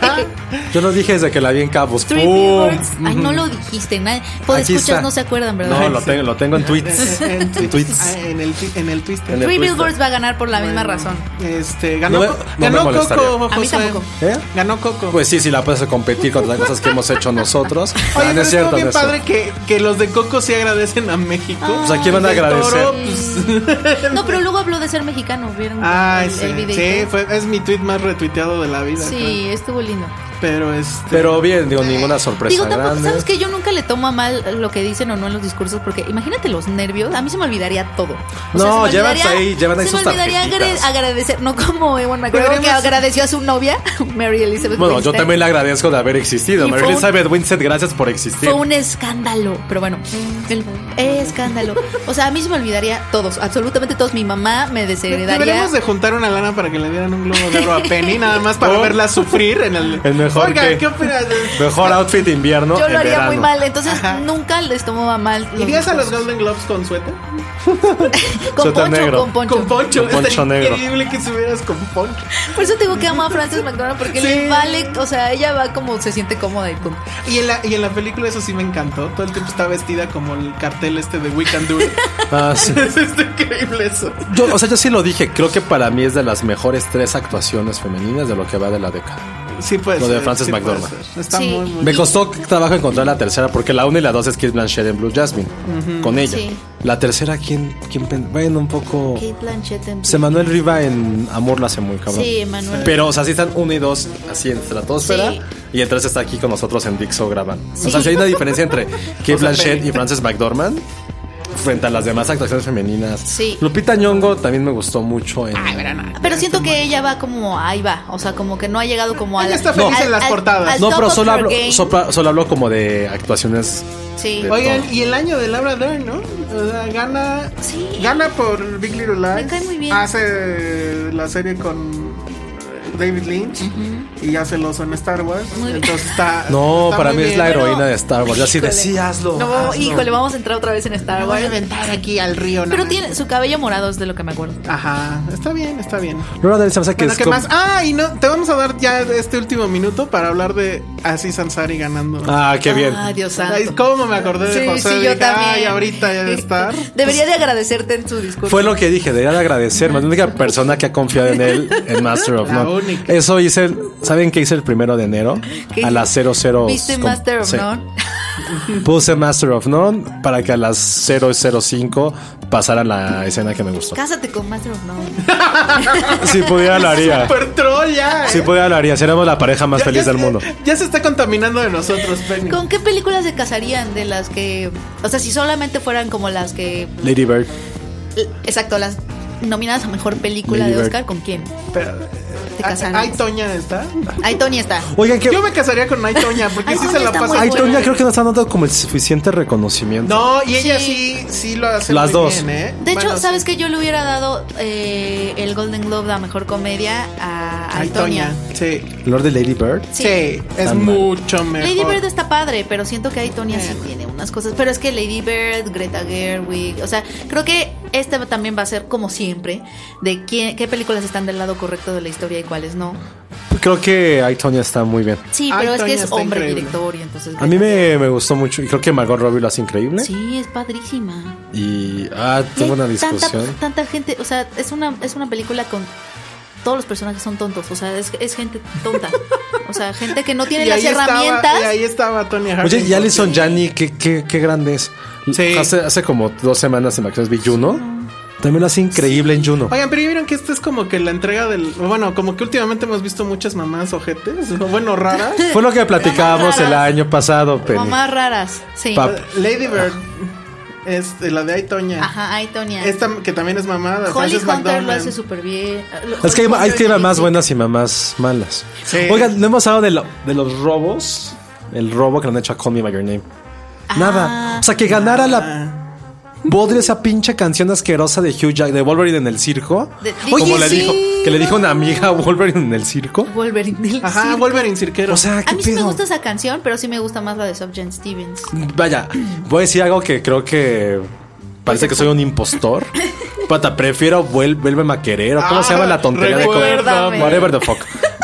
S3: Yo lo dije desde que la vi en Cabos.
S4: Three
S3: ¡Pum!
S4: Billboards. Ay, no lo dijiste. Nadie. Puedes
S3: Uh, Aquí
S4: escuchar,
S3: está.
S4: no se acuerdan, ¿verdad?
S3: No, lo tengo, lo tengo en tweets.
S5: En, en
S3: En
S5: tweets.
S3: tweets.
S5: Ah, en el, twi- en el Twister.
S3: En el-
S4: Three
S3: Twister.
S4: Billboards va a ganar por la misma razón.
S5: Este, ganó,
S3: No me-
S5: Co-
S3: no me
S5: ganó
S3: molestaría.
S5: Coco,
S4: A mí
S5: Josué.
S4: tampoco.
S3: ¿Eh?
S5: Ganó Coco.
S3: Pues sí, sí la puedes competir con las cosas que hemos hecho nosotros. Ah,
S5: Oye,
S3: no
S5: pero
S3: es
S5: estuvo
S3: cierto,
S5: bien
S3: no es cierto.
S5: padre que, que los de Coco sí agradecen a México.
S4: Ah,
S3: Pues aquí van a
S5: Del
S3: agradecer.
S4: Mm,
S5: Toro, pues,
S4: No, pero luego habló de ser mexicano. ¿Vieron
S5: Ay,
S4: el,
S5: sí,
S4: el video?
S5: sí fue, es mi tweet más retuiteado de la vida.
S4: Sí, estuvo lindo.
S5: creo. Pero este.
S3: Pero bien, digo, ninguna sorpresa
S4: Digo, tampoco,
S3: grande.
S4: ¿sabes que Yo nunca le tomo a mal lo que dicen o no en los discursos, porque imagínate los nervios, a mí se me olvidaría todo. O sea,
S3: No,
S4: se me
S3: llevan
S4: olvidaría-
S3: ahí- llevan ahí
S4: Se
S3: sus
S4: me olvidaría
S3: tarjetitas.
S4: agre- agradecer, no como Ewan McGregor que
S5: Deberíamos-
S4: agradeció a su novia, Mary Elizabeth
S3: Bueno, yo
S4: Winstead.
S3: también le agradezco de haber existido.
S4: Y
S3: Mary
S4: fue un-
S3: Elizabeth Winstead, gracias por existir.
S4: Fue un escándalo, pero bueno, el escándalo. O sea, a mí se me olvidaría todos, absolutamente todos. Mi mamá me desheredaría.
S5: Deberíamos de juntar una lana para que le dieran un globo de oro a Penny, nada más para
S3: No.
S5: verla sufrir en el.
S3: El mejor
S5: Oiga,
S3: que-
S5: ¿qué opinas?
S3: Mejor outfit de invierno.
S4: Yo
S3: en
S4: lo haría muy
S3: verano.
S4: mal, entonces
S5: Ajá.
S4: nunca les tomaba mal. los
S5: ¿Irías a los
S4: discursos.
S5: Golden Globes con suéter?
S4: Con
S3: Suéter
S4: poncho,
S3: negro.
S4: con poncho.
S5: Con poncho.
S3: Con poncho
S5: Estaría
S3: negro.
S5: increíble que subieras con poncho.
S4: Por eso tengo que amo a Frances McDormand porque
S5: Sí.
S4: le vale, o sea, ella va como se siente cómoda y punto.
S5: Y en, la, y en la película eso sí me encantó. Todo el tiempo está vestida como el cartel este de We Can Do It.
S3: Ah, sí.
S5: Está increíble eso.
S3: Yo, o sea, yo sí lo dije. Creo que para mí es de las mejores tres actuaciones femeninas de lo que va de la década.
S5: Sí, puede
S3: Lo de
S5: ser,
S3: Frances
S5: sí puede
S3: McDormand.
S5: ser. Está
S4: Sí.
S5: muy, muy
S3: Me costó trabajo encontrar la tercera porque la una y la dos es Kate Blanchett en Blue Jasmine. Con ella.
S4: Sí.
S3: La tercera, ¿quién, quién pen- Bueno, un poco.
S4: Kate Blanchett en
S3: Se Manuel Riva en Amor la hace muy cabrón.
S4: Sí, Manuel.
S3: Pero, o sea, sí están uno y dos así en estratosfera.
S4: Sí.
S3: Y el tres está aquí con nosotros en Dixo grabando. O sea,
S4: Sí.
S3: si hay una diferencia entre Kate Blanchett y Frances McDormand frente a las demás actuaciones femeninas.
S4: Sí.
S3: Lupita Nyong'o también me gustó mucho en...
S4: Pero siento que ella va como ahí va, o sea, como que no ha llegado como a
S5: Ella
S4: la-
S5: está feliz
S4: al-
S5: en las
S4: al-
S5: portadas.
S4: al
S3: no,
S4: top
S3: pero
S4: of
S3: solo
S4: her
S3: hablo,
S4: game.
S3: sopla- solo hablo como de actuaciones.
S4: Sí.
S3: de-
S5: Oigan,
S3: todo.
S5: y el año de Laura Dern, ¿no? O sea, gana,
S4: Sí.
S5: gana por Big Little Lies.
S4: Me cae muy bien.
S5: Hace la serie con eh, David Lynch y hace el oso en Star Wars.
S4: Muy bien.
S5: Entonces está.
S3: No,
S5: Ah, está
S3: para
S5: muy
S3: mí es
S5: bien.
S3: la
S5: Pero
S3: heroína de Star Wars. Yo así de,
S4: Híjole.
S3: sí, hazlo.
S4: No,
S3: hazlo".
S4: híjole, vamos a entrar otra vez en Star
S5: me Voy
S4: Wars.
S5: a aventar aquí al río. nada
S4: Pero
S5: más.
S4: tiene su cabello morado es de lo que me acuerdo.
S5: Ajá, está bien, está bien.
S3: Laura Dern se me hace que
S5: Bueno,
S3: es
S5: ¿qué
S3: como-
S5: más? Ah, y no, te vamos a dar ya este último minuto para hablar de Aziz Ansari ganando.
S3: Ah, qué bien.
S4: Ah, Dios santo.
S5: Ay, ¿Cómo me acordé de
S4: Sí,
S5: José?
S4: sí, yo
S5: Dije,
S4: también.
S5: Ay, ahorita ya de estar.
S4: Debería de agradecerte en su discurso.
S3: Fue lo que dije, debería de agradecer. La única persona que ha confiado en él en Master of
S5: La
S3: None.
S5: única.
S3: Eso hice, el- ¿saben qué hice el primero de enero?
S4: ¿Qué
S3: A las
S4: hiciste?
S3: 00.
S4: ¿Viste Master of
S3: sí.
S4: None?
S3: Puse Master of None para que a las 005 pasara la escena que me gustó.
S4: Cásate con Master of None.
S3: Si pudiera lo haría.
S5: Super troll ya.
S3: Si
S5: ¿eh?
S3: pudiera lo haría. Seríamos la pareja más
S5: Ya-
S3: feliz
S5: ya
S3: del
S5: se-
S3: mundo.
S5: Ya se está contaminando de nosotros, Penny.
S4: ¿Con qué películas se casarían de las que, o sea, si solamente fueran como las que,
S3: Lady Bird.
S4: exacto, las nominadas a mejor película
S3: Lady
S4: de
S3: Bird.
S4: Oscar, ¿con quién?
S5: Pero,
S4: Te
S5: ¿Ay-
S4: casaron.
S5: Ay, Toña está.
S4: Ahí Tony está.
S3: Oigan, que.
S5: Yo me casaría con Ay Toña porque
S4: Ay,
S5: sí
S4: Toña
S5: se la
S4: está
S5: pasa.
S4: muy
S3: Ay,
S4: buena.
S3: Toña, creo que no están dando como el suficiente reconocimiento.
S5: No, y ella sí,
S4: Sí.
S5: sí, lo hace
S3: Las
S5: muy
S3: dos.
S5: bien, ¿eh?
S4: De hecho,
S5: Bueno, sí.
S4: ¿sabes que Yo le hubiera dado eh, el Golden Globe a mejor comedia a
S5: Ay, Toña.
S4: Antonia.
S5: Sí,
S3: Lord de Lady Bird.
S5: sí,
S4: Sí.
S5: es
S3: Tan mal.
S5: mucho mejor.
S4: Lady Bird está padre, pero siento que Antonia sí tiene unas cosas. Pero es que Lady Bird, Greta Gerwig, o sea, creo que este también va a ser como siempre de quién, qué películas están del lado correcto de la historia y cuáles no.
S3: Creo que Ay, Toña está muy bien.
S4: Sí,
S5: Ay,
S4: pero es
S5: Toña
S4: que es
S5: está
S4: hombre
S5: increíble.
S4: director y entonces.
S3: A mí me,
S4: Greta
S3: me gustó mucho y creo que Margot Robbie lo hace increíble.
S4: Sí, es padrísima.
S3: Y ah, tuve
S4: Y
S3: una
S4: hay tanta-
S3: discusión.
S4: Tanta, gente, o sea, es una, es una película con todos los personajes son tontos, o sea, es, es gente tonta. O sea, gente que no tiene
S5: Y
S4: las
S5: ahí estaba-
S4: herramientas.
S5: y ahí estaba Toña Harding.
S3: Oye, y Alison Janney, qué, qué, qué grande es.
S5: Sí.
S3: Hace, hace como dos semanas en Acciones vi Juno. También lo hace increíble en Juno.
S5: Oigan, pero ya vieron que esta es como que la entrega del. Bueno, como que últimamente hemos visto muchas mamás ojetes, o bueno, raras.
S3: Fue lo que platicábamos el
S4: raras.
S3: año pasado, Penny.
S4: Mamás raras, sí.
S3: Pap-
S5: Lady Bird es eh, la de Ay Toña.
S4: Ajá, ay, Tonya.
S5: Esta que también es mamada.
S4: Holly
S5: Frances
S4: Hunter lo
S5: McDormand.
S4: hace súper bien.
S3: Es que hay, hay que
S4: ver
S3: mamás buenas y mamás malas.
S5: Sí.
S3: Oigan, no hemos hablado de, lo- de los robos. El robo que le han hecho a Call Me By Your Name.
S4: Ah.
S3: Nada. O sea, que ganara la... Bodre esa pinche canción asquerosa de Hugh Jack de Wolverine en el circo.
S4: De-
S3: como
S4: Oye,
S3: le
S4: sí.
S3: dijo, que le dijo una amiga a Wolverine en el circo.
S4: Wolverine del
S5: Ah, Ajá,
S4: circo.
S5: Wolverine Ah, Cirquero.
S3: O sea,
S4: A
S3: qué
S4: mí sí me
S3: pedo.
S4: gusta esa canción, pero sí me gusta más la de Subject Stevens.
S3: Vaya, voy a decir algo que creo que parece que soy un impostor. Pata, prefiero vuel- vuélveme a querer. o ¿Cómo se llama la tontería de co-
S5: Recuérdame.
S3: Whatever the fuck.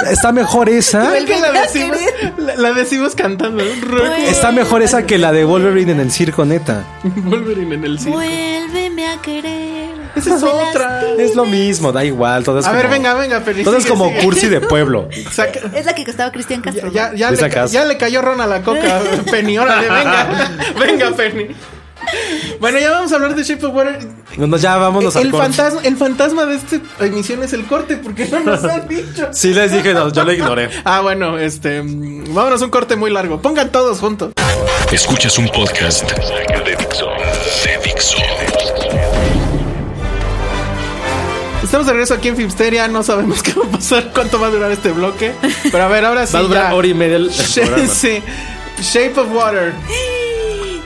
S3: Está mejor esa.
S5: Es que la
S4: ¿Qué
S5: decimos, la, la decimos cantando. ¿no?
S4: Pues,
S5: Recuerda
S3: Está mejor esa que la de Wolverine en el circo, neta.
S5: Wolverine en el cine.
S4: Vuélveme a querer.
S5: Esa es
S4: Me
S5: otra.
S4: lastimas.
S3: Es lo mismo, da igual. Todo es
S5: A
S3: como-
S5: ver, venga, venga, feliz.
S3: Todo es
S5: sigue,
S3: como
S5: sigue.
S3: cursi de pueblo.
S5: Saca-
S4: Es la que estaba Cristian Castro.
S5: Ya, ya, ya
S3: Esa
S5: le, ca-
S3: casa.
S5: ya le cayó Ron a la coca, Penny. Órale, venga, venga, Penny. Bueno, ya vamos a hablar de Shape of Water.
S3: No, no, ya vámonos al
S5: el,
S3: corte.
S5: fantasma, el fantasma de esta emisión es el corte, porque no nos han dicho.
S3: Sí, les dije, no, yo lo ignoré.
S5: Ah, bueno, este. mm, Vámonos, un corte muy largo. Pongan todos juntos.
S2: Escuchas un podcast de Dixo. De Dixo.
S5: Estamos de regreso aquí en Filmsteria. No sabemos qué va a pasar, cuánto va a durar este bloque. Pero a ver, ahora sí.
S3: Va a durar
S5: ya.
S3: hora y media el
S5: Sí,
S3: programa.
S5: sí. Shape of Water.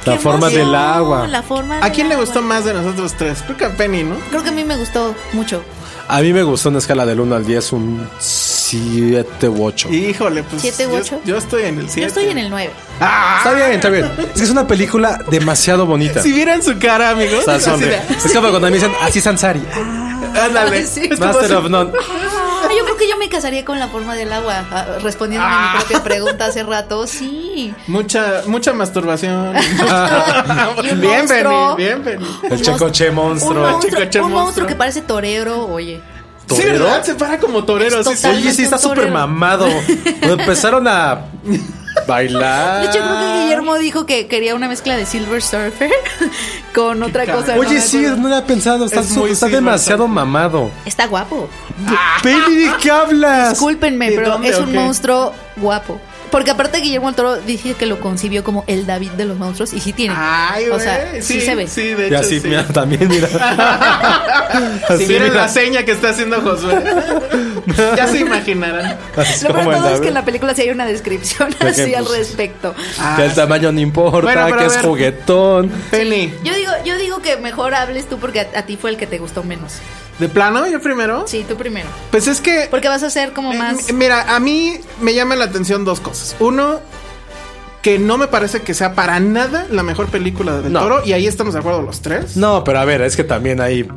S3: La
S4: ¡Qué
S3: forma
S4: emoción!
S3: del agua.
S4: La forma
S5: ¿A
S4: del
S5: quién le
S4: agua.
S5: gustó más de nosotros tres? Creo que a Penny, ¿no?
S4: Creo que a mí me gustó mucho.
S3: A mí me gustó una escala del 1 al 10, un 7 u 8.
S5: Híjole, pues.
S4: ¿Siete u
S5: yo-
S4: ocho?
S5: Yo, estoy en el 7.
S4: Yo estoy en el 9.
S3: Está bien, está bien. Es que es una película demasiado bonita.
S5: Si vieran su cara, amigos.
S3: Estás,
S5: así
S3: hombre.
S5: de-
S3: Es como cuando me dicen, así Sansari.
S5: Ándale.
S4: Ay, sí.
S5: Es como
S3: Master
S5: así.
S3: of None.
S4: Ah, yo creo que yo me casaría con la forma del agua, ah, respondiendo a mi propia pregunta hace rato. Sí.
S5: Mucha, mucha masturbación. Ah,
S4: Y un
S5: bien, Penny,
S4: monstruo.
S5: bien, Penny.
S3: El checoche
S4: Un
S3: monstruo.
S4: monstruo,
S5: Chicoche
S4: un
S5: monstruo.
S4: monstruo que parece torero, oye.
S5: Sí,
S3: ¿Torero?
S5: ¿verdad? Se para como torero.
S4: Es
S5: sí, sí.
S4: total.
S3: Oye, sí, está súper mamado. Cuando empezaron a bailar.
S4: De hecho, creo que Guillermo dijo que quería una mezcla de Silver Surfer con otra
S5: caray.
S4: cosa. no
S3: Oye,
S4: me
S3: sí,
S4: acuerdo.
S3: no lo había pensado. Está,
S5: Es
S3: su-
S5: muy
S3: está
S5: Silver
S3: demasiado
S5: Surfer.
S3: mamado.
S4: Está guapo.
S3: Baby, ¿de qué hablas?
S4: Discúlpenme,
S5: ¿De
S4: pero
S5: dónde
S4: es
S5: o
S4: un
S5: qué?
S4: monstruo guapo. Porque aparte Guillermo del Toro dije que lo concibió como el David de los monstruos y sí tiene.
S5: Ay, güey.
S4: o sea, sí, se ve.
S5: Sí, de
S3: Y
S5: hecho.
S3: así,
S5: sí.
S3: mira, también, mira.
S5: Si
S3: Así,
S5: vieran
S3: mira.
S5: la seña que está haciendo Josué, ya se imaginarán.
S3: Así
S4: Lo peor
S3: como
S4: de
S3: el
S4: todo es que
S3: David.
S4: en la película sí hay una descripción
S3: qué?
S4: así al
S3: Pues-
S4: respecto.
S3: Que el tamaño no importa,
S5: Bueno, pero
S3: que
S5: a
S3: es
S5: ver.
S3: juguetón.
S5: Ah, Penny,
S4: Yo digo, yo digo que mejor hables tú porque a, a ti fue el que te gustó menos.
S5: ¿de plano yo primero?
S4: Sí, tú primero.
S5: Pues es que
S4: Porque vas a ser como
S5: Eh,
S4: más.
S5: m- Mira, a mí me llama la atención dos cosas. Uno, que no me parece que sea para nada la mejor película del
S3: No.
S5: toro, y ahí estamos de acuerdo los tres.
S3: No, pero a ver, es que también hay.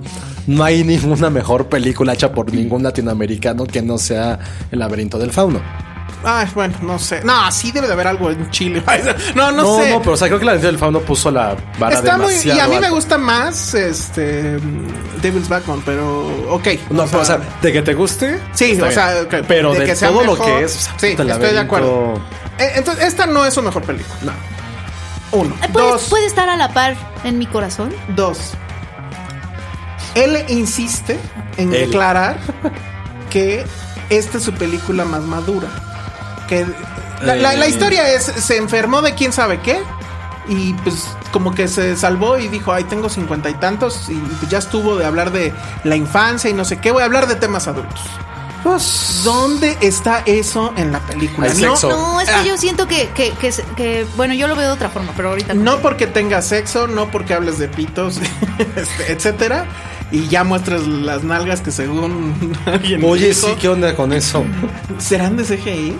S3: No hay ninguna mejor película hecha por ningún latinoamericano que no sea El laberinto del fauno.
S5: Ay, bueno, no sé. No, sí debe de haber algo en Chile. No, no,
S3: no,
S5: sé.
S3: no, pero o sea, creo que El laberinto del fauno puso la vara
S5: Está muy. Y
S3: demasiado
S5: a mí me
S3: alta.
S5: gusta más este. mm, Devil's Backbone, pero. Ok.
S3: No, pero o sea, de que te guste.
S5: Sí,
S3: está
S5: o sea,
S3: bien.
S5: ok,
S3: pero
S5: de
S3: de,
S5: que sea
S3: todo lo
S5: mejor,
S3: que es. o sea,
S5: sí,
S3: puta, El
S5: estoy de acuerdo.
S3: laberinto-
S5: eh, entonces, esta no es su mejor película. No. Uno.
S4: Eh, puede-
S5: Dos.
S4: puede estar a la par en mi corazón.
S5: Dos. Él insiste en
S3: Él.
S5: declarar que esta es su película más madura. Que la, la- la
S3: Eh.
S5: historia es, se enfermó de quién sabe qué. Y pues como que se salvó y dijo, ay, tengo cincuenta y tantos. Y pues, ya estuvo de hablar de la infancia y no sé qué. Voy a hablar de temas adultos. Pues, ¿dónde está eso en la película?
S3: Hay
S5: No,
S3: sexo.
S4: No, es que
S5: Ah.
S4: yo siento que, que, que, se- que- bueno, yo lo veo de otra forma, pero ahorita
S5: No porque tengas sexo, no porque hables de pitos, este, etcétera. Y ya muestras las nalgas que según alguien
S3: Oye,
S5: dijo,
S3: sí, ¿qué onda con eso?
S5: serán de CGI.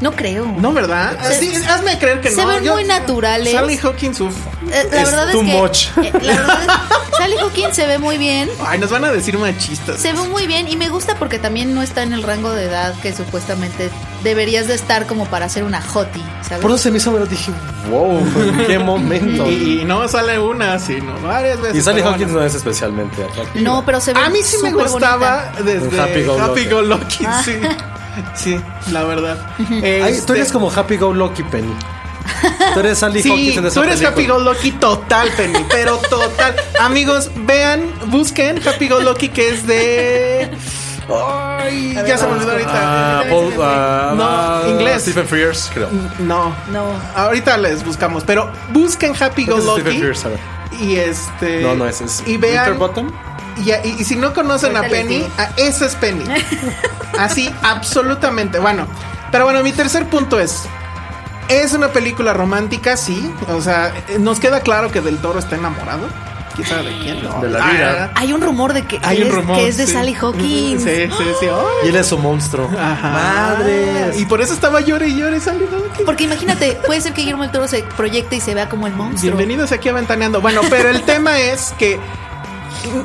S4: No creo.
S5: No, ¿verdad?
S4: Se-
S5: Sí, hazme creer que
S4: Eh, se
S5: no.
S4: ven muy naturales.
S5: Sally Hawkins, uf.
S4: Eh, la
S3: Es
S4: verdad es
S3: too
S4: que
S3: much.
S4: eh, la verdad es- Sally Hawkins se ve muy bien.
S5: Ay, nos van a decir machistas.
S4: Se ve muy bien y me gusta porque también no está en el rango de edad que supuestamente deberías de estar como para ser una hottie, ¿sabes?
S3: Por eso se me hizo, pero dije, wow, ¿en qué momento. y,
S5: Y, y no sale una, sino varias veces.
S3: Sally
S5: pero
S3: Hawkins
S5: bueno. Este-
S3: no es especialmente atractiva.
S4: no, pero se ve
S5: A mí sí me
S4: súper
S5: gustaba desde Happy
S3: Happy
S5: Go,
S3: Go
S5: Lucky,
S4: Ah.
S5: sí. Sí, la verdad.
S3: Ay,
S5: Este-
S3: tú eres como Happy Go Lucky Penny. Tú eres Sally
S5: Sí,
S3: Hawkins en esa
S5: tú eres Happy
S3: película.
S5: Go Lucky total, Penny, pero total. Amigos, vean, busquen Happy Go Lucky que es de. Ay, ya se me olvidó
S3: Ah,
S5: ahorita.
S3: Paul, ah,
S5: No,
S3: ah,
S5: inglés.
S3: Stephen Frears, creo.
S5: No,
S4: No.
S5: Ahorita les buscamos, pero busquen Happy Go
S3: Es Stephen
S5: Lucky.
S3: Frears, a ver.
S5: Y este.
S3: No, no, ese es.
S5: Y vean.
S3: Winterbottom.
S5: Y, y- y si no conocen a
S4: Ahorita les
S5: Penny,
S4: digo.
S5: a- esa es Penny. Así, absolutamente. Bueno, pero bueno, mi tercer punto es. Es una película romántica, sí. O sea, eh, nos queda claro que Del Toro está enamorado. ¿Quién sabe de quién? No. Ah,
S3: De la vida.
S4: Hay un rumor de que, que
S5: Hay un
S4: es,
S5: rumor.
S4: que es de
S5: sí.
S4: Sally Hawkins.
S5: Sí, sí, sí.
S3: Y él es su monstruo.
S5: Madre. Y por eso estaba llore y llore Sally Hawkins.
S4: Porque imagínate, puede ser que Guillermo del Toro se proyecte y se vea como el monstruo.
S5: Bienvenidos aquí a Ventaneando. Bueno, pero el tema es que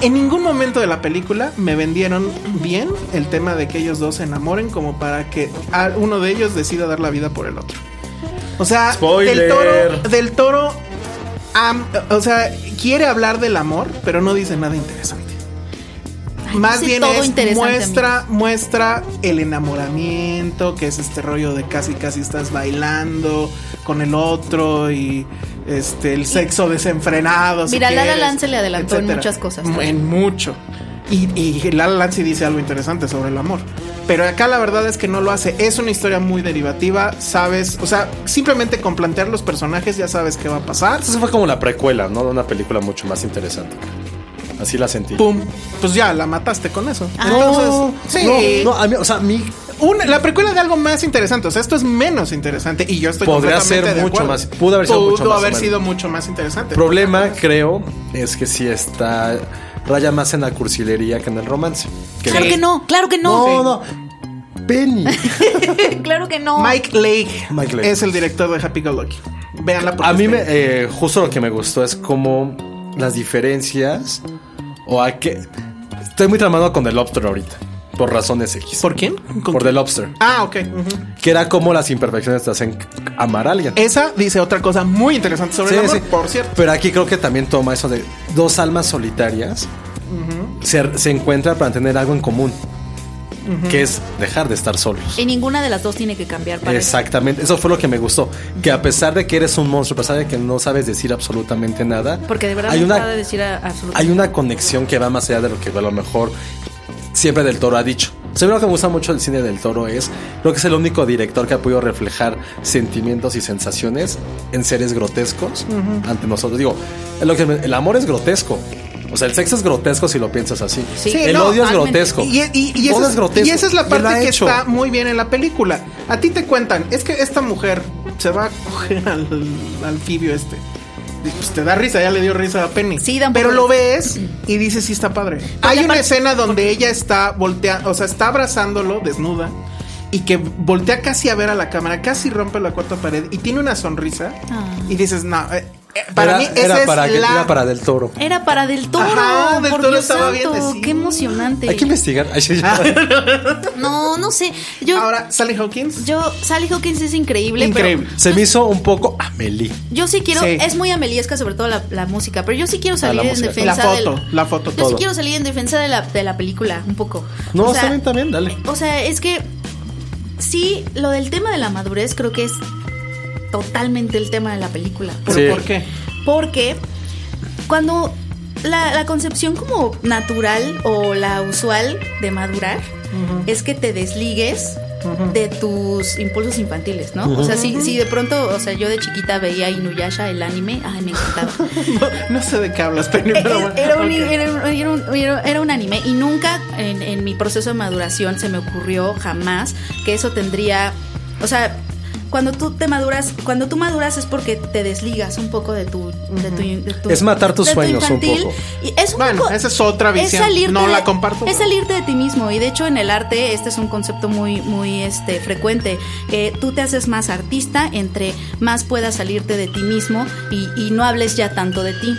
S5: en ningún momento de la película me vendieron bien el tema de que ellos dos se enamoren como para que a- uno de ellos decida dar la vida por el otro. O sea,
S3: Spoiler.
S5: del toro, del toro am- o sea, quiere hablar del amor, pero no dice nada interesante.
S4: Ay,
S5: Más
S4: dice
S5: bien
S4: todo
S5: es
S4: interesante,
S5: muestra, muestra el enamoramiento, que es este rollo de casi casi estás bailando con el otro y este el sexo desenfrenado. si
S4: Mira, La La
S5: quieres,
S4: Land se le adelantó en
S5: etcétera.
S4: muchas cosas.
S5: En mucho. Y, y La La Land sí dice algo interesante sobre el amor. Pero acá la verdad es que no lo hace. Es una historia muy derivativa, sabes. O sea, simplemente con plantear los personajes ya sabes qué va a pasar.
S3: Entonces fue como la precuela, ¿no? De una película mucho más interesante. Así la sentí.
S5: Pum. Pues ya la mataste con eso.
S4: Ah.
S3: No,
S5: Entonces, sí.
S3: no, no, a mí, o sea, a mí
S5: Una- la precuela de algo más interesante. O sea, esto es menos interesante. Y yo estoy
S3: Podría
S5: completamente
S3: ser
S5: de
S3: mucho
S5: acuerdo.
S3: más- pudo haber sido mucho más
S5: haber
S3: ameno.
S5: sido mucho más interesante.
S3: el problema, creo, es que sí está raya más en la cursilería que en el romance. Que
S4: Claro que no, claro que no.
S3: No, no. Penny.
S4: claro que no.
S5: Mike Lake,
S3: Mike Leigh.
S5: es el director de Happy Go Lucky. Veanla
S3: A mí me, eh, justo lo que me gustó es como las diferencias o a qué. Estoy muy tramado con The Lobster ahorita, por razones X.
S5: ¿Por quién? ¿Con
S3: Por
S5: quién?
S3: The Lobster.
S5: Ah, ok. ujú.
S3: Que era como las imperfecciones te hacen c- amar a alguien.
S5: Esa dice otra cosa muy interesante Eh, sobre
S3: Sí,
S5: el amor,
S3: sí.
S5: por cierto.
S3: Pero aquí creo que también toma eso de dos almas solitarias se, se encuentran para tener algo en común, que es dejar de estar solos.
S4: Y ninguna de las dos tiene que cambiar para eso.
S3: Exactamente, eso fue lo que me gustó. Que a pesar de que eres un monstruo, a pesar de que no sabes decir absolutamente nada,
S4: Porque de verdad
S3: hay
S4: no
S3: una,
S4: sabe decir a- absolutamente.
S3: hay una conexión que va más allá de lo que a lo mejor siempre del toro ha dicho. O sea, a mí lo que me gusta mucho del cine del toro es, creo que es el único director que ha podido reflejar sentimientos y sensaciones en seres grotescos ante nosotros. Digo, es lo que me- el amor es grotesco. O sea, el sexo es grotesco si lo piensas así.
S4: Sí.
S3: el
S4: no,
S3: odio es
S4: totalmente.
S3: grotesco.
S5: Y, y- y
S3: Todo
S5: esa
S3: es
S5: es,
S3: grotesco.
S5: y esa es
S3: Y
S5: la
S3: él
S5: parte
S3: ha
S5: que
S3: hecho.
S5: está muy bien en la película. A ti te cuentan, es que esta mujer se va a coger al al anfibio este. Y, Pues te da risa, ya le dio risa a Penny.
S4: Sí, tampoco-
S5: Pero lo ves y dices, sí, está padre. Hay una
S4: aparte-
S5: escena donde ella está volteando, o sea, está abrazándolo desnuda y que voltea casi a ver a la cámara, casi rompe la cuarta pared y tiene una sonrisa.
S4: Ah.
S5: Y dices, no, eh, eh, para
S3: Era-
S5: mí esa
S3: era
S5: es
S3: para, que-
S5: la...
S3: era para del toro.
S4: Era para Del Toro.
S5: Ajá, Del
S4: por
S5: Toro
S4: Dios
S5: estaba
S4: santo,
S5: bien, sí.
S4: Qué emocionante.
S3: Hay que investigar. Ay, sí, ya.
S4: No, no sé. Yo,
S5: Ahora, Sally Hawkins.
S4: yo, Sally Hawkins es increíble. pero
S5: Increíble.
S3: Se me hizo un poco Amelie.
S4: yo sí quiero,
S5: Sí.
S4: es muy ameliesca sobre todo la, la música, pero yo sí quiero
S3: la
S4: salir en
S3: música.
S5: La
S4: defensa
S5: foto,
S4: del-
S5: la foto,
S4: Yo sí
S5: todo.
S4: quiero salir en defensa de la, de la película, un poco.
S3: No,
S4: O sea,
S3: está bien, también, dale.
S4: O sea, es que sí, lo del tema de la madurez creo que es totalmente el tema de la película.
S5: ¿Pero
S3: Sí.
S5: por qué?
S4: Porque cuando la, la concepción como natural o la usual de madurar es que te desligues de tus impulsos infantiles, ¿no? O sea, si, si de pronto, o sea, yo de chiquita veía Inuyasha, el anime, ay, me encantaba.
S5: No sé de qué hablas, Penny,
S4: Eh,
S5: pero bueno.
S4: era, un,
S5: Ok.
S4: era un- era un- era- era un anime y nunca en, en mi proceso de maduración se me ocurrió jamás que eso tendría, o sea, cuando tú te maduras, cuando tú maduras es porque te desligas un poco de tu, de tu- de tu-
S3: Es matar tus
S4: de tu
S3: sueños un
S4: infantil.
S3: poco.
S4: Y es un
S5: Bueno,
S4: poco-
S5: esa es otra visión.
S4: salirte
S5: No
S4: de-
S5: la comparto.
S4: Es salirte de ti mismo y de hecho en el arte este es un concepto muy muy este frecuente que tú te haces más artista entre más puedas salirte de ti mismo y, y no hables ya tanto de ti.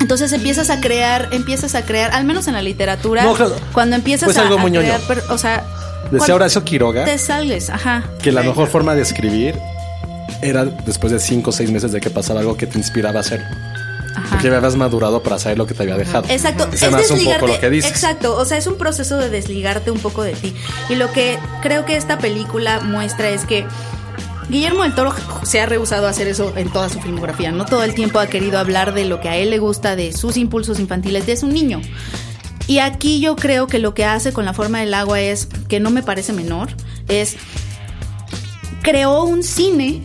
S4: Entonces empiezas a crear, empiezas a crear, al menos en la literatura,
S3: No, claro.
S4: cuando empiezas
S3: Pues
S4: a,
S3: algo
S4: a
S3: muy ñoño.
S4: crear, per- o sea,
S3: Decía
S4: cuando
S3: Horacio Quiroga.
S4: te sales, ajá.
S3: que la mejor forma de escribir era después de cinco o seis meses de que pasaba algo que te inspiraba a hacerlo.
S4: ajá.
S3: Porque ya habías madurado para saber lo que te había dejado.
S4: Exacto,
S3: Se me hace un poco lo que dices.
S4: Exacto, o sea, es un proceso de desligarte un poco de ti. Y lo que creo que esta película muestra es que Guillermo del Toro se ha rehusado a hacer eso en toda su filmografía. No todo el tiempo ha querido hablar de lo que a él le gusta, de sus impulsos infantiles, de su niño. Y aquí yo creo que lo que hace con la forma del agua es, que no me parece menor, es creó un cine.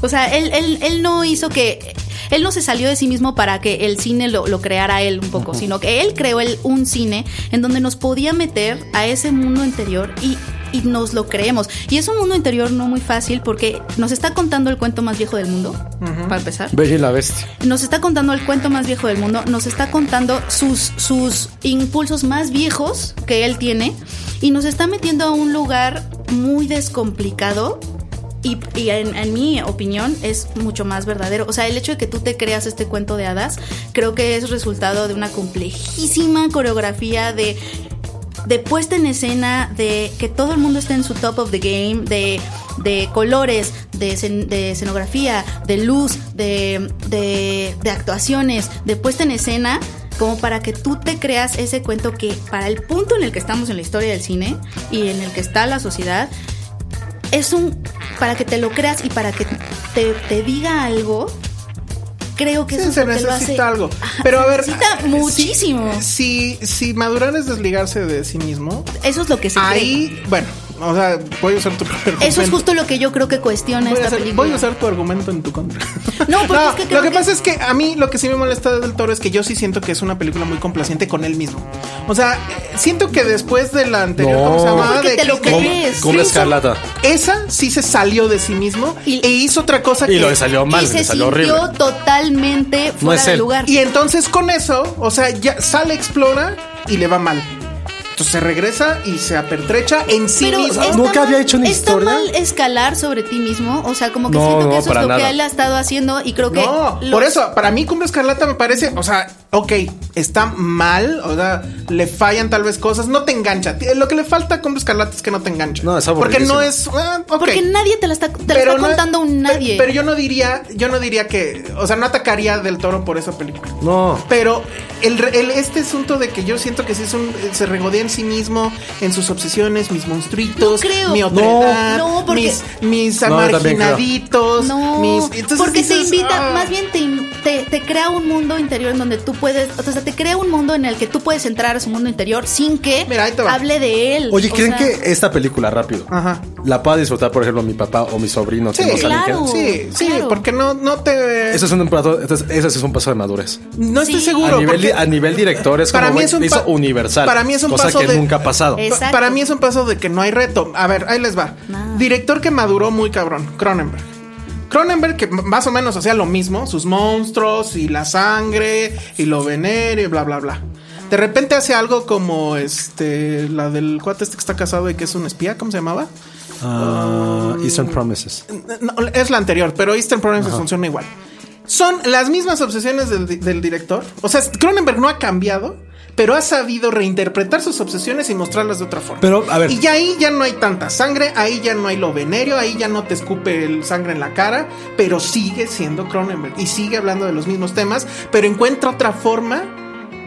S4: O sea, él, él, él no hizo que. Él no se salió de sí mismo para que el cine lo, lo creara él un poco, sino que él creó el- un cine en donde nos podía meter a ese mundo interior y, y nos lo creemos. Y es un mundo interior no muy fácil porque nos está contando el cuento más viejo del mundo, para empezar
S3: Bella y la bestia.
S4: nos está contando el cuento más viejo del mundo, nos está contando sus, sus impulsos más viejos que él tiene y nos está metiendo a un lugar muy descomplicado Y, y en, en mi opinión es mucho más verdadero. O sea, el hecho de que tú te creas este cuento de hadas, creo que es resultado de una complejísima coreografía de de puesta en escena, de que todo el mundo esté en su top of the game, de, de colores, de, escen- de escenografía, de luz, de, de, de actuaciones, de puesta en escena, como para que tú te creas ese cuento que para el punto en el que estamos en la historia del cine y en el que está la sociedad, es un... para que te lo creas y para que te, te diga algo. Creo que
S5: Sí,
S4: eso es
S5: se
S4: lo que lo hace-
S5: necesita algo.
S4: Ajá,
S5: Pero
S4: se
S5: a ver.
S4: necesita
S5: si-
S4: muchísimo.
S5: Si, si madurar es desligarse de sí mismo,
S4: Eso es lo que se cree.
S5: ahí, bueno, o sea, voy a usar tu argumento.
S4: Eso es justo lo que yo creo que cuestiona
S5: Voy a,
S4: esta
S5: hacer-
S4: película.
S5: voy a usar tu argumento en tu contra.
S4: No, porque es que creo
S5: lo que
S4: que-
S5: pasa es que a mí lo que sí me molesta de Del Toro es que yo sí siento que es una película muy complaciente con él mismo. O sea, eh, siento que después de la anterior,
S3: No.
S5: ¿cómo se
S3: No,
S5: llamaba?
S4: porque
S5: De
S4: te lo
S5: Crimson-
S4: crees.
S3: Como una escarlata.
S5: Esa sí se salió de sí mismo
S4: Y-
S5: y, e hizo otra cosa
S3: Y
S5: que
S3: lo le salió mal,
S4: y se
S3: le salió horrible.
S4: sintió totalmente fuera
S3: es
S4: de
S3: él.
S4: lugar.
S5: Y entonces con eso, o sea, ya sale, explora y le va mal. Entonces se regresa y se apertrecha en sí
S4: Pero
S5: mismo.
S4: está
S3: Nunca
S4: mal-
S3: había hecho una
S4: está
S3: historia.
S4: mal escalar sobre ti mismo, o sea, como que
S3: No,
S4: siento que
S3: no,
S4: eso es
S3: para
S4: lo que
S3: nada.
S4: él ha estado haciendo y creo que
S5: No,
S4: lo-
S5: por eso, para mí Cumbre Escarlata me parece, o sea, ok, está mal, o sea, le fallan tal vez cosas, no te engancha. T- Lo que le falta a Cumbre Escarlata es que no te engancha.
S3: No, es
S5: Porque
S3: aburridísimo.
S5: no es... ah, ok.
S4: porque nadie te la está, te la
S5: Pero
S4: está
S5: no-
S4: contando un
S5: pe-
S4: nadie.
S5: Pero yo no diría, yo no diría que, o sea, no atacaría del toro por esa película.
S3: No.
S5: Pero el, re- el- este asunto de que yo siento que sí es un, se regodea en sí mismo, en sus obsesiones, mis monstruitos,
S4: No creo.
S5: mi otredad,
S4: No. No, porque-
S5: mis, mis
S3: No, yo también creo.
S5: marginaditos,
S4: no,
S5: mis... entonces
S4: porque
S5: dices,
S4: te invita,
S5: ah.
S4: más bien te, in- te, te crea un mundo interior en donde tú puedes, o sea, te crea un mundo en el que tú puedes entrar a su mundo interior sin que
S5: Mira, ahí te va.
S4: hable de él.
S3: Oye,
S4: o
S3: ¿creen
S4: sea,
S3: que esta película, rápido,
S5: Ajá.
S3: la pueda disfrutar, por ejemplo, mi papá o mi sobrino que
S5: Sí,
S3: no saben
S4: claro.
S3: qué?
S5: Sí, sí,
S4: Claro.
S5: porque no, no te...
S3: Eso es un paso, entonces, eso sí es un paso de madurez.
S5: no estoy
S4: Sí.
S5: seguro.
S3: a, nivel,
S5: porque-
S3: di- a nivel director es
S5: Para
S3: como
S5: mí
S3: güey,
S5: es un
S3: hizo
S5: pa-
S3: universal.
S5: para mí es un
S3: cosa
S5: paso
S3: que
S5: de- Eh.
S3: nunca ha pasado.
S4: Es- Exacto.
S5: Para mí es un paso de que no hay reto. A ver, ahí les va.
S4: Ah.
S5: Director que maduró muy cabrón, Cronenberg. Cronenberg que m- más o menos hacía lo mismo, sus monstruos y la sangre y lo venera y bla bla bla. De repente hace algo como este la del cuate este que está casado y que es un espía, ¿cómo se llamaba?
S3: Ah, Eastern Promises.
S5: No, es la anterior, pero Eastern Promises funciona igual. Son las mismas obsesiones del, di- del director. O sea, Cronenberg no ha cambiado, pero ha sabido reinterpretar sus obsesiones y mostrarlas de otra forma.
S3: Pero, a ver.
S5: Y ya ahí ya no hay tanta sangre, ahí ya no hay lo venéreo, ahí ya no te escupe el sangre en la cara, pero sigue siendo Cronenberg y sigue hablando de los mismos temas, pero encuentra otra forma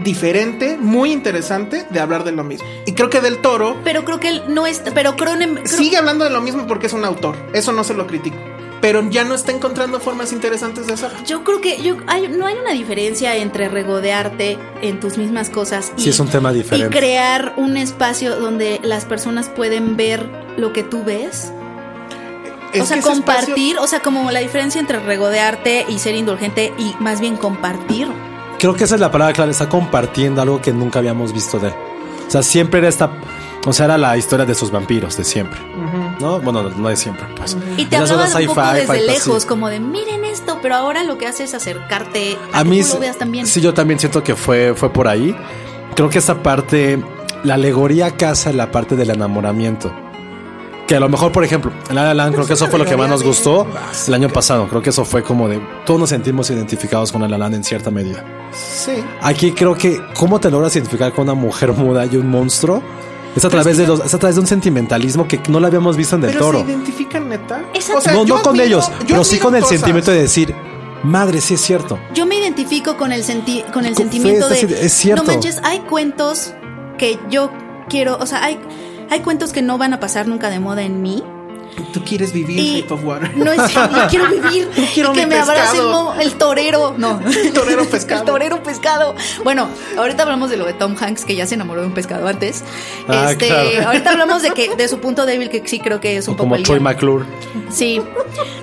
S5: diferente, muy interesante de hablar de lo mismo. Y creo que Del Toro
S4: Pero creo que él no es, pero Cronenberg creo-
S5: sigue hablando de lo mismo porque es un autor. Eso no se lo critico. Pero ya no está encontrando formas interesantes de hacerlo.
S4: Yo creo que yo, hay- no hay una diferencia entre regodearte en tus mismas cosas y,
S3: Sí, es un tema diferente.
S4: y crear un espacio donde las personas pueden ver lo que tú ves. o
S5: Es
S4: sea,
S5: que ese
S4: compartir,
S5: espacio-
S4: o sea, como la diferencia entre regodearte y ser indulgente y más bien compartir.
S3: Creo que esa es la palabra clave, está compartiendo algo que nunca habíamos visto de él. O sea, siempre era esta, o sea, era la historia de sus vampiros de siempre. ¿No? Bueno, no de siempre, pues.
S4: Y te
S3: Esas
S4: hablabas
S3: otras
S4: un poco
S3: sci-fi,
S4: desde
S3: fantasy.
S4: lejos, como de miren esto, pero ahora lo que hace es acercarte a,
S3: A
S4: que
S3: mí
S4: tú lo veas también.
S3: sí, yo también siento que fue, fue por ahí. Creo que esta parte, la alegoría casa la parte del enamoramiento. Que a lo mejor, por ejemplo, en La La Land, creo que eso fue lo que más nos gustó el año pasado. Creo que eso fue como de todos nos sentimos identificados con La La Land en cierta medida.
S5: Sí.
S3: Aquí creo que cómo te logras identificar con una mujer muda y un monstruo es a través de los, es a través de un sentimentalismo que no lo habíamos visto en Del
S5: Pero
S3: Toro.
S5: se identifican neta.
S4: Esa-
S3: no no con ellos, pero sí con el sentimiento
S5: sentimiento
S3: de decir, madre, sí es cierto.
S4: Yo me identifico con el, senti- con el
S3: Con-
S4: sentimiento
S3: fue- es
S4: de.
S3: así, es cierto.
S4: No manches, hay cuentos que yo quiero. O sea, hay, hay cuentos que no van a pasar nunca de moda en mí.
S5: Tú quieres vivir
S4: Y
S5: Shape of Water.
S4: No es. Yo quiero vivir.
S5: Yo quiero
S4: y que
S5: mi
S4: me abrace el,
S5: pescado.
S4: mo- el torero. No.
S5: El torero pescado.
S4: El torero pescado. Bueno, ahorita hablamos de lo de Tom Hanks, que ya se enamoró de un pescado antes.
S3: Ah,
S4: este,
S3: claro.
S4: Ahorita hablamos de que de su punto débil, que sí creo que es un
S3: O
S4: poco.
S3: como
S4: el
S3: Troy
S4: guión.
S3: McClure.
S4: Sí.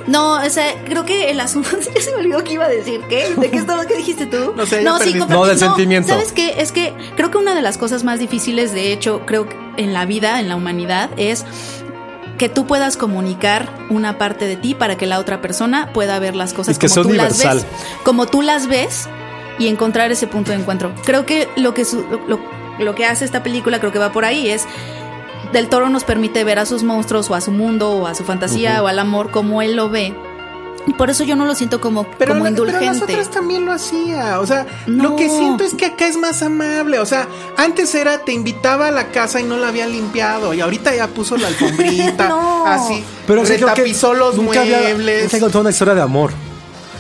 S4: No, o sea, creo que el asunto. Ya se me olvidó que iba a decir. ¿Qué? ¿De qué, estaba, qué dijiste tú?
S5: No sé, ya perdí.
S4: compartir-
S3: No, del sentimiento.
S4: ¿Sabes qué? Es que creo que una de las cosas más difíciles, de hecho, creo que en la vida, en la humanidad, es que tú puedas comunicar una parte de ti para que la otra persona pueda ver las cosas
S3: Y que
S4: como
S3: sea
S4: tú
S3: universal.
S4: las ves. Como tú las ves y encontrar ese punto de encuentro. Creo que lo que, su- lo, lo que hace esta película, creo que va por ahí, es Del Toro nos permite ver a sus monstruos o a su mundo o a su fantasía o al amor como él lo ve. Y por eso yo no lo siento como,
S5: Pero,
S4: como
S5: la- pero
S4: indulgente.
S5: las otras también lo hacía. O sea,
S4: No.
S5: lo que siento es que acá es más amable. O sea, antes era te invitaba a la casa y no la había limpiado. Y ahorita ya puso la alfombrita.
S4: No.
S5: Así.
S3: Pero sí creo que
S5: retapizó los
S3: nunca había-
S5: muebles.
S3: nunca contó una historia de amor.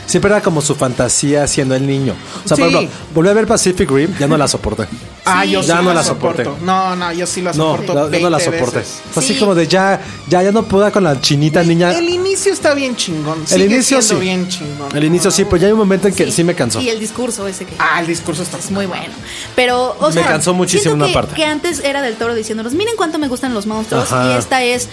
S3: Siempre era como su fantasía siendo el niño. O sea, por
S5: Sí.
S3: ejemplo, volví a ver Pacific Rim, ya no la soporté.
S5: Ah, yo
S3: ya
S5: sí
S3: no
S5: la
S3: la soporté.
S5: soporto. No, no, yo sí la
S3: No,
S5: soporto.
S3: la- yo no la
S5: 20
S3: soporté.
S5: veces.
S3: Fue así
S4: Sí.
S3: como de ya, ya, ya no puedo con la chinita niña.
S5: El inicio está bien chingón.
S3: El
S5: sigue
S3: inicio sí.
S5: siendo bien chingón.
S3: El inicio sí, pero ya hay un momento en que sí, me cansó.
S4: Y el discurso ese que.
S5: Ah, el discurso está
S4: Es muy bueno. Pero, o
S3: Me
S4: sea,
S3: cansó muchísimo
S4: siento
S3: una
S4: que,
S3: parte.
S4: que antes era del toro diciéndonos, miren cuánto me gustan los monstruos.
S3: Ajá.
S4: Y esta es,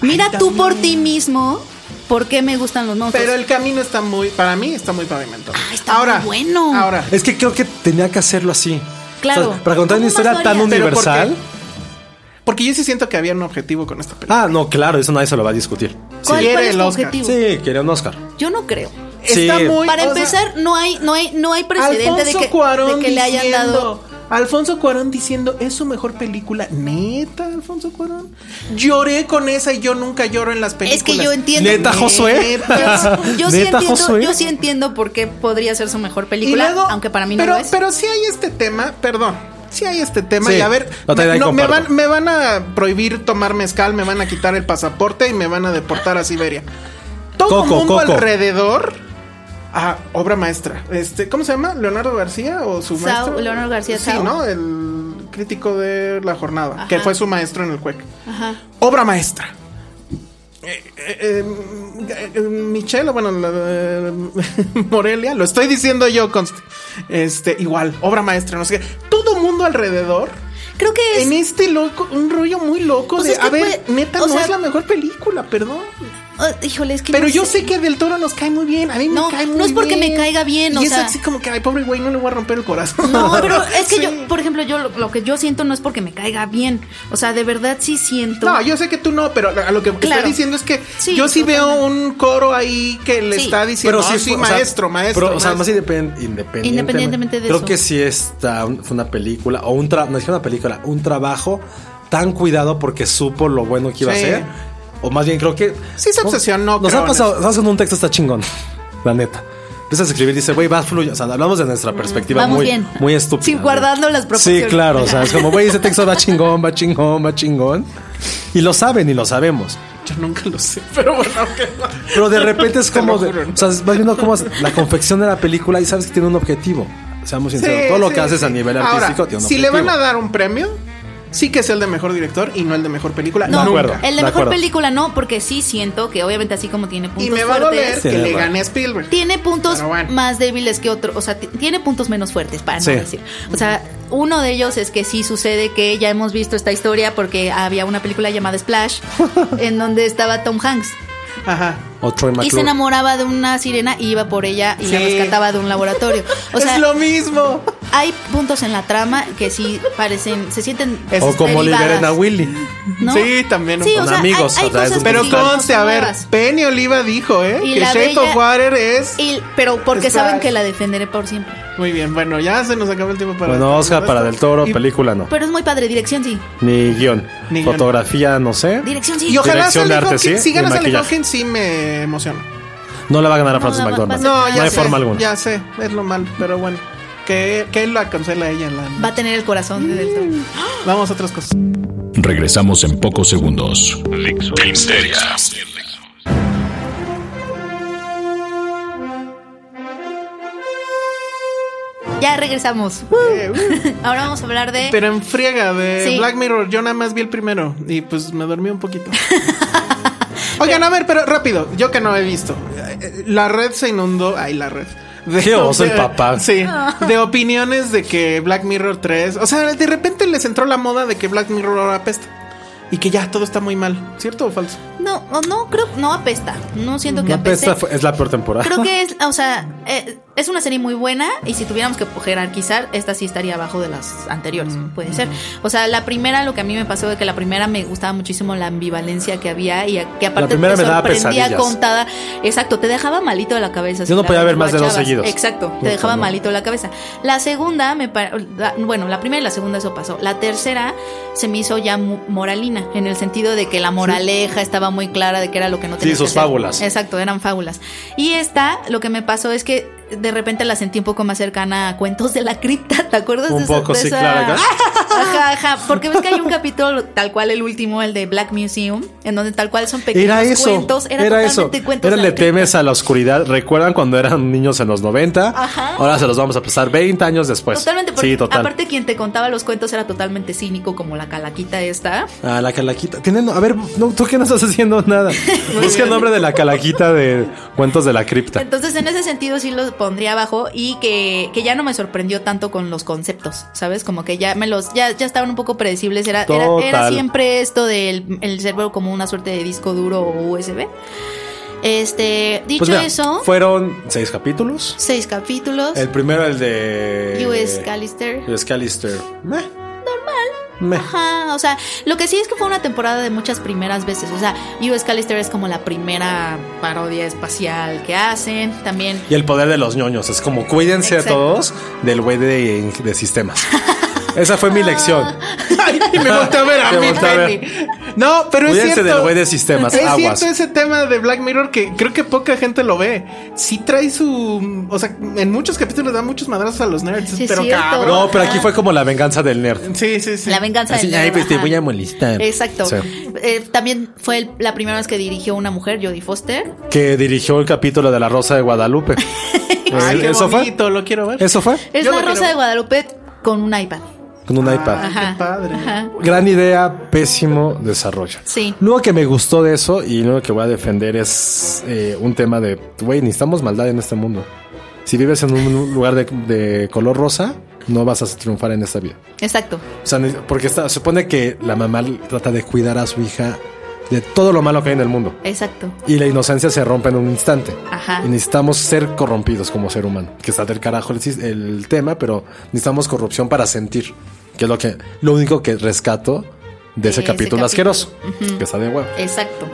S4: mira
S5: Ay,
S4: tú por
S5: también.
S4: ti mismo, ¿por qué me gustan los monstruos?
S5: Pero el camino está muy, para mí está muy pavimentado.
S4: Ah, está muy bueno.
S5: Ahora,
S3: Es que creo que tenía que hacerlo así.
S4: Claro.
S3: O sea, para contar una
S4: ¿Cómo más lo
S3: historia tan
S4: harías?
S5: Pero ¿por qué?
S3: universal.
S5: porque yo sí siento que había un objetivo con esta película.
S3: Ah, no, claro, eso nadie se lo va a discutir.
S4: ¿Cuál,
S5: quiere
S4: cuál es
S5: el
S4: tu
S5: Oscar.
S4: objetivo?
S3: Sí, quería un Oscar.
S4: Yo no creo.
S3: sí.
S5: Está muy
S4: Para
S5: o sea,
S4: empezar, no hay, no hay, no hay precedente de
S5: Alfonso
S4: que,
S5: Cuarón
S4: de que le hayan
S5: diciendo-
S4: dado.
S5: Alfonso Cuarón diciendo, es su mejor película. Neta, Alfonso Cuarón. Lloré con esa y yo nunca lloro en las películas.
S4: Es que yo entiendo.
S3: Neta,
S4: Yo-
S3: Josué.
S4: Yo, sí
S3: Neta,
S4: entiendo,
S3: Josué.
S4: yo sí entiendo por qué podría ser su mejor película,
S5: luego-
S4: aunque para mí no
S5: pero,
S4: lo es.
S5: Pero sí hay este tema, perdón. Sí hay este tema.
S3: Sí,
S5: y a ver,
S3: no te
S5: me,
S3: la
S5: no, me
S3: comparto.
S5: van, me van a prohibir tomar mezcal, me van a quitar el pasaporte y me van a deportar a Siberia. Todo
S3: Coco,
S5: mundo
S3: Coco.
S5: alrededor. Ah, obra maestra. Este, ¿cómo se llama? ¿Leonardo García o su
S4: Sao-
S5: maestro?
S4: Leonardo García
S5: Sí,
S4: Sao.
S5: ¿no? El crítico de La Jornada,
S4: Ajá.
S5: que fue su maestro en el CUEC.
S4: Ajá.
S5: Obra maestra. Eh, eh, eh, eh, Michelle, bueno, la- la- Morelia, lo estoy diciendo yo, conste. Este, igual, obra maestra, no sé qué. Todo mundo alrededor.
S4: Creo que es.
S5: En este loco, un rollo muy loco
S4: O sea,
S5: de,
S4: es que
S5: a ver,
S4: puede-
S5: neta,
S4: o
S5: no
S4: sea-
S5: es la mejor película, perdón.
S4: oh, híjole, es que
S5: Pero
S4: no
S5: yo
S4: sé.
S5: sé que Del Toro nos cae muy bien, a mí
S4: No,
S5: me cae
S4: no
S5: muy bien.
S4: es porque me caiga bien,
S5: y
S4: o
S5: es
S4: sea-
S5: así como que, ay, pobre güey, no le voy a romper el corazón.
S4: No, pero es que
S5: Sí.
S4: yo, por ejemplo, yo lo, lo que yo siento no es porque me caiga bien. O sea, de verdad sí siento.
S5: No, yo sé que tú no, pero a lo que
S4: Claro.
S5: estoy diciendo es que
S4: Sí,
S5: yo sí veo
S4: totalmente.
S5: un coro ahí que le
S4: Sí.
S5: está diciendo, pero sí,
S3: fue- o sea,
S5: maestro, maestro.
S3: Pero, o sea, más
S5: maestro".
S3: independ- independientemente.
S4: Independientemente de
S3: creo
S4: eso.
S3: que sí está, un- fue una película, o un trabajo, no es que una película, un trabajo tan cuidado porque supo lo bueno que iba
S5: Sí.
S3: a ser. O más bien creo que...
S5: Sí se obsesionó,
S3: Nos
S5: creo,
S3: ha
S5: en
S3: pasado, ¿sabes? Con un texto está chingón, la neta. Empiezas a escribir y dice, güey, va fluye. O sea, hablamos de nuestra perspectiva
S4: Vamos
S3: muy,
S4: bien.
S3: muy estúpida.
S4: Sin
S3: ¿no?
S4: guardando las proporciones.
S3: Sí, claro. O sea, es como, güey, ese texto va chingón, va chingón, va chingón. Y lo saben y lo sabemos.
S5: Yo nunca lo sé, pero bueno, ok.
S3: Pero de repente es
S5: Te
S3: como.
S5: lo
S3: de-
S5: juro.
S3: o sea, vas viendo cómo es la confección de la película y sabes que tiene un objetivo. Seamos sinceros.
S5: Sí,
S3: todo lo
S5: sí,
S3: que haces a
S5: sí.
S3: nivel
S5: Ahora,
S3: artístico tiene un
S5: Si le
S3: objetivo.
S5: van a dar un premio, sí que es el de mejor director y no el de mejor película.
S4: No,
S5: nunca.
S3: acuerdo.
S4: el
S3: de
S4: de mejor
S3: acuerdo.
S4: película no, porque sí siento que obviamente así como tiene puntos
S5: Y me va a doler
S4: fuertes,
S3: Sí,
S5: que le
S3: va.
S5: gane a Spielberg.
S4: tiene puntos
S5: Pero bueno.
S4: más débiles que otro, o sea, ti- tiene puntos menos fuertes para
S3: Sí.
S4: no decir. O sea, uno de ellos es que sí sucede que ya hemos visto esta historia porque había una película llamada Splash en donde estaba Tom Hanks
S5: Ajá.
S3: O Troy
S4: y se
S3: McClure.
S4: enamoraba de una sirena y iba por ella y la
S5: Sí.
S4: rescataba de un laboratorio. O sea,
S5: es lo mismo.
S4: hay puntos en la trama que sí parecen, se sienten
S5: Eso
S3: O como
S4: derivadas,
S3: liberen a Willy.
S4: ¿no?
S5: Sí, también un
S4: Sí,
S5: poco.
S4: o sea,
S3: amigos,
S4: hay, hay
S3: o sea, es
S4: cosas
S3: un
S4: que
S5: Pero
S4: sí son
S5: conste, a ver,
S4: nuevas.
S5: Penny Oliva dijo, ¿eh?
S4: Y
S5: que
S4: la
S5: Shape of
S4: bella-
S5: Water es.
S4: Y- pero porque
S5: Splash.
S4: saben que la defenderé por siempre.
S5: Muy bien, bueno, ya se nos acabó el tiempo para.
S3: Bueno, Oscar para Del Toro,
S5: Y-
S3: película no.
S4: Pero es muy padre, dirección sí.
S3: Ni guión.
S5: Ni guión.
S3: Fotografía, no sé.
S4: Dirección sí.
S5: Y ojalá
S3: Dirección de
S5: Sally
S3: arte, sí,
S5: Hawkins, si ganas
S3: y
S5: Sally
S3: maquillaje.
S5: Hawkins, sí me emociona.
S3: No la va a ganar a Francis
S4: la va-
S3: McDormand.
S4: va
S5: No,
S4: No
S5: ya
S3: hay
S5: sé,
S3: forma alguna.
S5: Ya sé, es lo malo, pero bueno. Que, que la cancela ella.
S4: Va
S5: La...
S4: a tener el corazón de Del
S3: Mm.
S4: Toro.
S5: Vamos a otras cosas.
S2: Regresamos en pocos segundos. Filmsteria.
S4: Ya regresamos.
S5: Eh, uh,
S4: Ahora vamos a hablar de.
S5: pero en friega de
S4: Sí.
S5: Black Mirror, yo nada más vi el primero y pues me dormí un poquito. Oigan, a ver, pero rápido, yo que no he visto. Eh, eh, La red se inundó. Ay, la red. De,
S3: Qué oso el
S5: de-
S3: papá.
S5: Sí, de opiniones de que Black Mirror 3. O sea, de repente les entró la moda de que Black Mirror ahora apesta y que ya todo está muy mal. ¿Cierto o falso?
S4: no, no, no, creo, no apesta. No siento que
S3: No, pues,
S4: apeste.
S3: esta fue- es la peor temporada.
S4: Creo que es, o sea, eh, es una serie muy buena y si tuviéramos que jerarquizar, esta sí estaría abajo de las anteriores,
S3: Mm,
S4: puede ser. O sea, la primera, lo que a mí me pasó de que la primera me gustaba muchísimo la ambivalencia que había y a- que aparte
S3: primera
S4: te
S3: me daba
S4: sorprendía
S3: pesadillas.
S4: contada. Exacto, te dejaba malito de la cabeza. si
S3: no
S4: la
S3: podía ver más de dos
S4: guachabas.
S3: seguidos.
S4: Exacto, te
S3: No,
S4: dejaba
S3: no.
S4: malito la cabeza. La segunda, me pa- la- bueno, la primera y la segunda eso pasó. La tercera se me hizo ya mu- moralina, en el sentido de que la moraleja estaba muy clara de que era lo que no tenías
S3: sus
S4: que hacer.
S3: fábulas.
S4: Exacto, eran fábulas. Y esta, lo que me pasó es que de repente la sentí un poco más cercana a cuentos de la cripta, ¿te acuerdas?
S3: Un
S4: de esa-
S3: poco,
S4: de
S3: sí,
S4: esa-
S3: claro, acá.
S4: Ajá, ajá, porque ves que hay un capítulo tal cual el último, el de Black Museum, en donde tal cual son pequeños
S3: Era eso.
S4: cuentos, era,
S3: era eso.
S4: totalmente cuentos
S3: Era
S4: de
S3: le
S4: la cripta.
S3: temes a la oscuridad. ¿Recuerdan cuando eran niños en los 90? Ahora se los vamos a pasar 20 años después.
S4: Totalmente, porque
S3: Pues, Sí, total.
S4: aparte quien te contaba los cuentos era totalmente cínico, como la calaquita esta.
S3: Ah, la calaquita. Tienen, a ver, no, tú que no estás haciendo nada. Busca el nombre de la calaquita de Cuentos de la Cripta.
S4: Entonces, en ese sentido, sí los pondría abajo y que, que ya no me sorprendió tanto con los conceptos, ¿sabes? Como que ya me los, ya, ya estaban un poco predecibles. Era, era, era
S3: Total.
S4: siempre esto del el cerebro como una suerte de disco duro o USB. Este, dicho
S3: Pues mira,
S4: eso,
S3: fueron seis capítulos.
S4: seis capítulos.
S3: El primero, el de.
S4: US Callister.
S3: US Callister. Meh. Normal.
S4: Ajá, o sea, lo que sí es que fue una temporada de muchas primeras veces. O sea, US Callister es como la primera parodia espacial que hacen. También
S3: Y el poder de los ñoños. Es como cuídense
S4: Exacto.
S3: todos del güey de, de sistemas. Esa fue mi lección.
S5: Ay, y me volteó a ver a
S3: Te
S5: mí.
S3: volteó a ver.
S5: Penny. No, pero es
S3: Cuídense
S5: cierto.
S3: del güey de sistemas,
S5: Es
S3: aguas.
S5: cierto ese tema de Black Mirror que creo que poca gente lo ve. Sí trae su. O sea, en muchos capítulos da muchos madrazos a los nerds.
S4: Sí, es
S5: pero
S4: cierto.
S5: cabrón.
S3: No, pero aquí fue como la venganza del nerd.
S5: Sí, sí, sí.
S4: la venganza
S3: Así,
S4: del
S3: "Ay,
S4: nerd",
S3: pues te
S4: ajá.
S3: voy a molestar.
S4: Exacto.
S3: Sí.
S4: Eh, también fue el- la primera vez que dirigió una mujer, Jodie Foster.
S3: Que dirigió el capítulo de La Rosa de Guadalupe.
S5: Ay,
S3: Eh,
S5: qué
S3: ¿Eso fue?
S5: bonito, lo quiero ver.
S3: ¿Eso fue?
S4: Es
S5: Yo
S4: la
S5: lo quiero
S4: Rosa
S5: ver.
S4: de Guadalupe con un iPad.
S3: Con
S4: Ah,
S3: un iPad.
S5: Ay, qué padre.
S3: Gran idea, pésimo desarrollo.
S4: Sí.
S3: Lo que me gustó de eso y lo que voy a defender es eh, un tema de, güey, necesitamos maldad en este mundo. Si vives en un lugar de, de color rosa, no vas a triunfar en esta vida.
S4: Exacto.
S3: O sea, ne- porque está, supone que la mamá trata de cuidar a su hija de todo lo malo que hay en el mundo.
S4: Exacto.
S3: Y la inocencia se rompe en un instante.
S4: Ajá.
S3: Y necesitamos ser corrompidos como ser humano. Que está del carajo el, sis- el tema, pero necesitamos corrupción para sentir. Que es lo que lo único que rescato de ese
S4: Ese
S3: capítulo
S4: capítulo.
S3: asqueroso. Que está de huevo.
S4: Exacto.